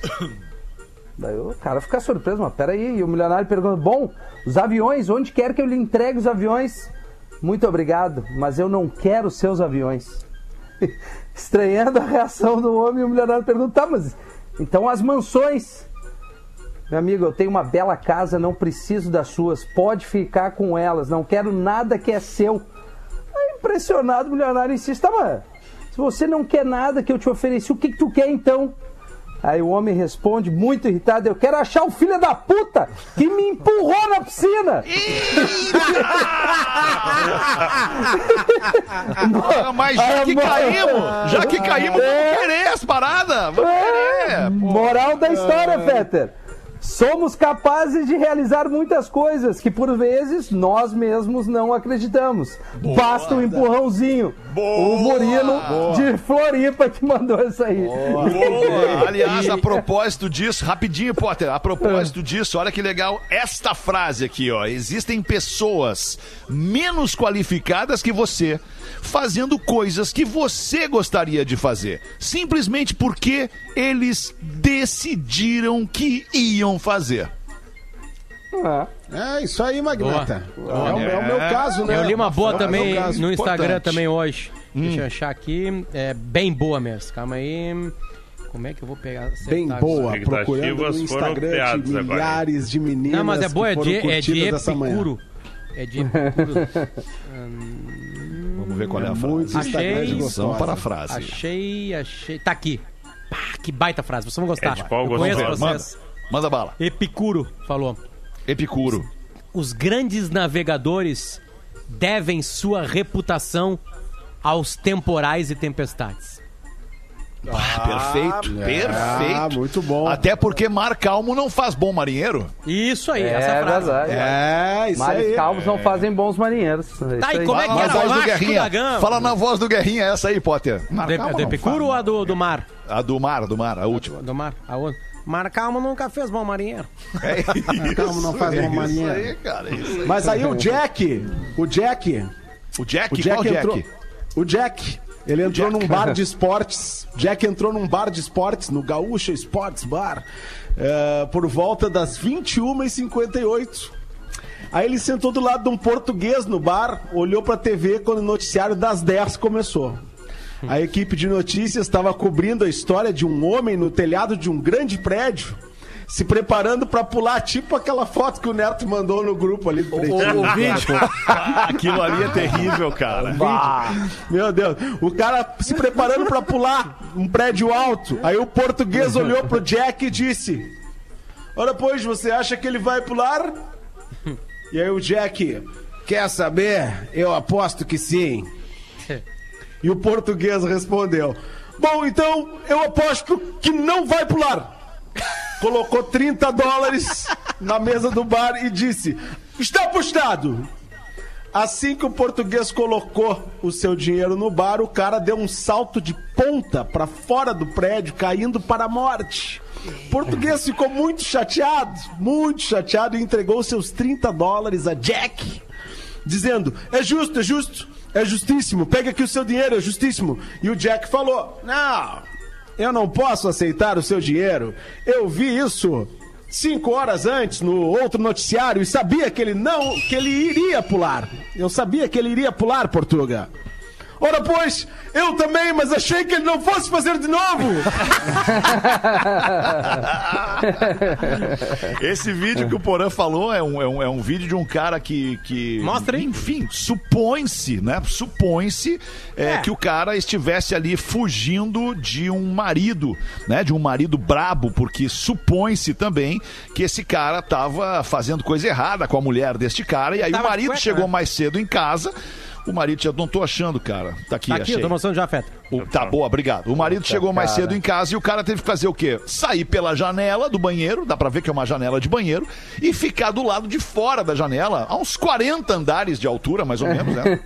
H: Daí o cara fica surpreso, mas peraí. E o milionário pergunta, bom, os aviões, onde quer que eu lhe entregue os aviões? Muito obrigado, mas eu não quero seus aviões. Estranhando a reação do homem, o milionário pergunta, tá, mas então as mansões? Meu amigo, eu tenho uma bela casa, não preciso das suas, pode ficar com elas, não quero nada que é seu. Aí, impressionado, o milionário insiste, tá, mano, se você não quer nada que eu te ofereci, o que, que tu quer então? Aí o homem responde, muito irritado, eu quero achar o filho da puta que me empurrou na piscina.
D: Ah, mas já que
H: Amor.
D: caímos, já que caímos, vamos querer as paradas. Vamos querer.
H: Ah, Moral da história, Peter. Somos capazes de realizar muitas coisas que, por vezes, nós mesmos não acreditamos. Basta um empurrãozinho. O Murilo de Floripa que mandou essa aí.
D: Boa. Aliás, a propósito disso, rapidinho, Potter, a propósito disso, olha que legal esta frase aqui, ó. Existem pessoas menos qualificadas que você fazendo coisas que você gostaria de fazer, simplesmente porque eles decidiram que iam fazer.
G: É isso aí, Magnata.
F: Boa.
G: É, o, é o meu caso, né?
F: Eu li uma boa
G: É o
F: também
G: meu caso. Hum.
F: no Instagram
D: Importante.
F: também hoje. Deixa eu achar aqui. É bem boa mesmo. Calma aí. Como é que eu vou pegar? acertar
G: Bem
F: agora?
G: boa,
J: Expectativas
G: procurando no
J: foram
G: Instagram de
J: criadas agora.
G: milhares de meninas
F: Não, mas é boa,
G: que
F: é
G: foram
F: de, é
G: curtidas
F: de
G: essa manhã.
F: Epicuro. É de Epicuro.
D: Vamos ver qual é a
G: Muitos
D: frase.
G: Instagrams
F: Achei.
G: gostosos.
D: Atenção para a frase.
F: achei, achei. Tá aqui. Pá, que baita frase, vocês vão gostar.
J: É de qual
F: eu
J: gostoso?
F: conheço
J: Vamos
D: Manda,
F: vocês.
D: manda bala.
F: Epicuro falou.
D: Epicuro.
F: os grandes navegadores devem sua reputação aos temporais e tempestades.
D: perfeito,
G: Ah,
D: perfeito.
G: muito bom.
D: Até porque mar calmo não faz bom marinheiro.
F: Isso aí,
H: É,
F: essa frase.
H: verdade.
G: É, isso
H: Mares
G: aí.
H: calmos não fazem bons marinheiros.
F: Tá,
H: Isso
F: e
H: aí.
F: como é que
D: Na
F: era o
D: voz do
F: macho
D: Guerrinha.
F: da gama?
D: Fala na voz do Guerrinha essa aí, Potter. Mar
F: Do,
D: calmo
F: do
D: não
F: Epicuro ou a do, do mar?
D: faz. A do mar, do mar, a última.
F: Do mar, a outra. Mar calmo nunca fez bom marinheiro.
D: É isso,
G: calmo não faz
D: é
G: bom
D: isso
G: marinheiro.
D: aí, cara, é isso aí.
G: Mas aí o Jack, o Jack,
D: O Jack,
G: o Jack
D: qual Jack?
G: entrou. O Jack, ele entrou
D: Jack.
G: num bar de esportes. Jack entrou num bar de esportes, no Gaúcha Sports Bar, eh, por volta das 21h58. Aí ele sentou do lado de um português no bar, olhou pra TV quando o noticiário das 10 começou. A equipe de notícias estava cobrindo a história de um homem no telhado de um grande prédio, se preparando pra pular, tipo aquela foto que o Neto mandou no grupo ali. do Pretinho.
D: Ah, aquilo ali é terrível, cara.
G: Meu Deus, o cara se preparando pra pular um prédio alto. Aí o português olhou pro Jack e disse: Ora, pois, você acha que ele vai pular? E aí o Jack, quer saber? Eu aposto que sim. E o português respondeu: Bom, então eu aposto que não vai pular. Colocou 30 dólares na mesa do bar e disse: Está apostado. Assim que o português colocou o seu dinheiro no bar, o cara deu um salto de ponta para fora do prédio, caindo para a morte. O português ficou muito chateado, muito chateado e entregou seus 30 dólares a Jack, dizendo: É justo, é justo, é justíssimo, pega aqui o seu dinheiro, é justíssimo. E o Jack falou: Não,
L: Eu não posso aceitar o seu dinheiro. Eu vi isso cinco horas antes no outro noticiário e sabia que ele não, que ele iria pular. Eu sabia que ele iria pular, Portuga. Ora, pois, eu também, mas achei que ele não fosse fazer de novo.
D: Esse vídeo que o Porã falou é um, é um, é um vídeo de um cara que. que
F: Mostra aí.
D: Enfim, supõe-se, né? Supõe-se é,
F: É.
D: que o cara estivesse ali fugindo de um marido, né? De um marido brabo, porque supõe-se também que esse cara tava fazendo coisa errada com a mulher deste cara, e aí o
F: Tava de
D: marido
F: cueca,
D: chegou
F: né?
D: mais cedo em casa. O marido já não tô achando, cara. Tá aqui,
F: Tá aqui,
D: achei.
F: eu tô mostrando já, Feta.
D: O- tá boa, obrigado. O marido chegou mais
F: Então. cara.
D: cedo em casa e o cara teve que fazer o quê? Sair pela janela do banheiro, dá pra ver que é uma janela de banheiro, e ficar do lado de fora da janela, a uns 40 andares de altura, mais ou menos, né?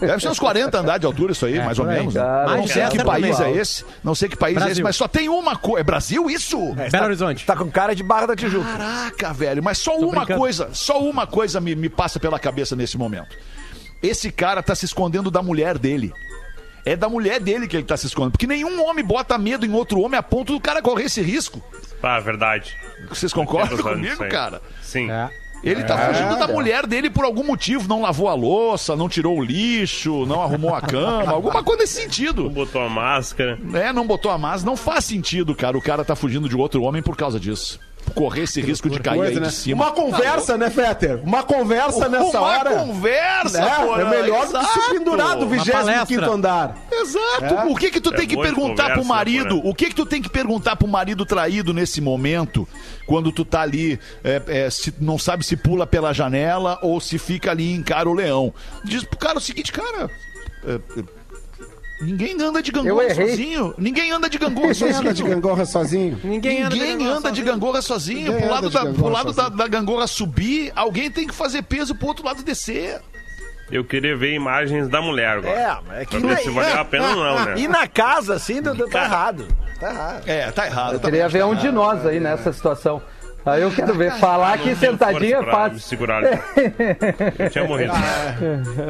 D: Deve ser uns 40 andares de altura isso aí, mais ou
F: É, por aí.
D: menos. Né?
F: Cara,
D: não
F: mais
D: sei
F: dessa
D: que país
F: também.
D: é esse, não sei que país é esse,
F: Brasil.
D: mas só tem uma coisa. É Brasil isso?
F: Belo Horizonte.
I: Tá com cara de Barra da Tijuca.
D: Caraca, velho, mas só uma
F: brincando.
D: coisa, só uma coisa me, me passa pela cabeça nesse momento. Esse cara tá se escondendo da mulher dele. É da mulher dele que ele tá se escondendo. Porque nenhum homem bota medo em outro homem a ponto do cara correr esse risco.
J: Ah, verdade.
D: Vocês concordam
J: Entendo, Zane,
D: comigo,
J: sim.
D: cara?
J: Sim.
F: É.
D: Ele tá fugindo da mulher dele por algum motivo. Não lavou a louça, não tirou o lixo, não arrumou a cama, alguma coisa nesse sentido.
J: Botou a máscara.
D: É, não botou a máscara. Não faz sentido, cara. O cara tá fugindo de outro homem por causa disso. Correr esse risco de cair aí
L: né?
D: de cima.
L: Uma conversa, né, Fetter? Uma conversa nessa
D: uma
L: hora.
D: conversa,
L: né?
D: porra,
L: É melhor do que se
D: exato.
L: pendurar do
D: Uma
L: 25
F: palestra.
L: andar.
D: Exato.
L: É.
D: O que que tu
J: É
D: tem que
J: boa de
D: perguntar pro
J: conversa, né?
D: marido?
J: porra.
D: O que que tu tem que perguntar pro marido traído nesse momento? Quando tu tá ali, é, é, se- não sabe se pula pela janela ou se fica ali e encara o leão. Diz pro cara o seguinte, cara... é, é, Ninguém anda de
H: Eu
D: gangorra
H: errei.
D: sozinho. Ninguém anda de gangorra
L: Quem anda de
D: sozinho.
L: gangorra sozinho?
F: Ninguém,
D: Ninguém anda de gangorra sozinho.
L: Ninguém
D: Pro
L: anda
D: lado,
L: de
D: da,
L: gangorra
D: pro lado da,
L: sozinho.
D: da gangorra subir, alguém tem que fazer peso pro outro lado descer.
J: Eu queria ver imagens da mulher agora.
I: É, é que.
J: Pra ver se valeu a pena ou não, né?
I: E na casa, assim, tá, tá errado. Tá errado.
D: É, tá errado.
H: Eu queria ver um de nós aí nessa situação. Aí eu quero ver. Falar que
J: Não tenho força
H: sentadinho é
J: pra Me
H: fácil.
J: segurar ali. Eu tinha morrido.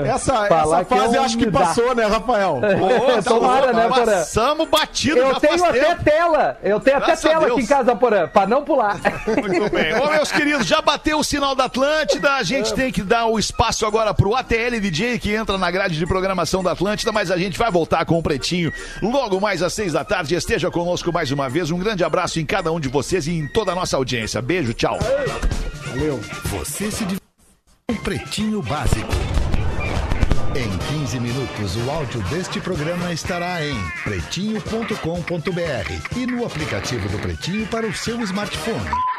L: Essa,
H: Falar
L: essa
H: que é
L: fase eu acho que
H: um me dá.
L: passou, né, Rafael?
D: Ô, tá
H: Tomara,
D: louco,
H: né, Porã?
D: Passamos batido
H: Eu
D: já faz
H: tenho até
D: tempo.
H: tela. Eu tenho até
D: Graças a
H: tela
D: Deus.
H: aqui em casa, Porã, pra não pular.
D: Muito bem. Ô, meus queridos, já bateu o sinal da Atlântida. A gente tem que dar o espaço agora pro ATL DJ, que entra na grade de programação da Atlântida, mas a gente vai voltar com o Pretinho logo mais às seis da tarde. Esteja conosco mais uma vez. Um grande abraço em cada um de vocês e em toda a nossa audiência. Beijo, tchau.
E: Você se div... um Pretinho Básico. Em 15 minutos, o áudio deste programa estará em pretinho.com.br e no aplicativo do Pretinho para o seu smartphone.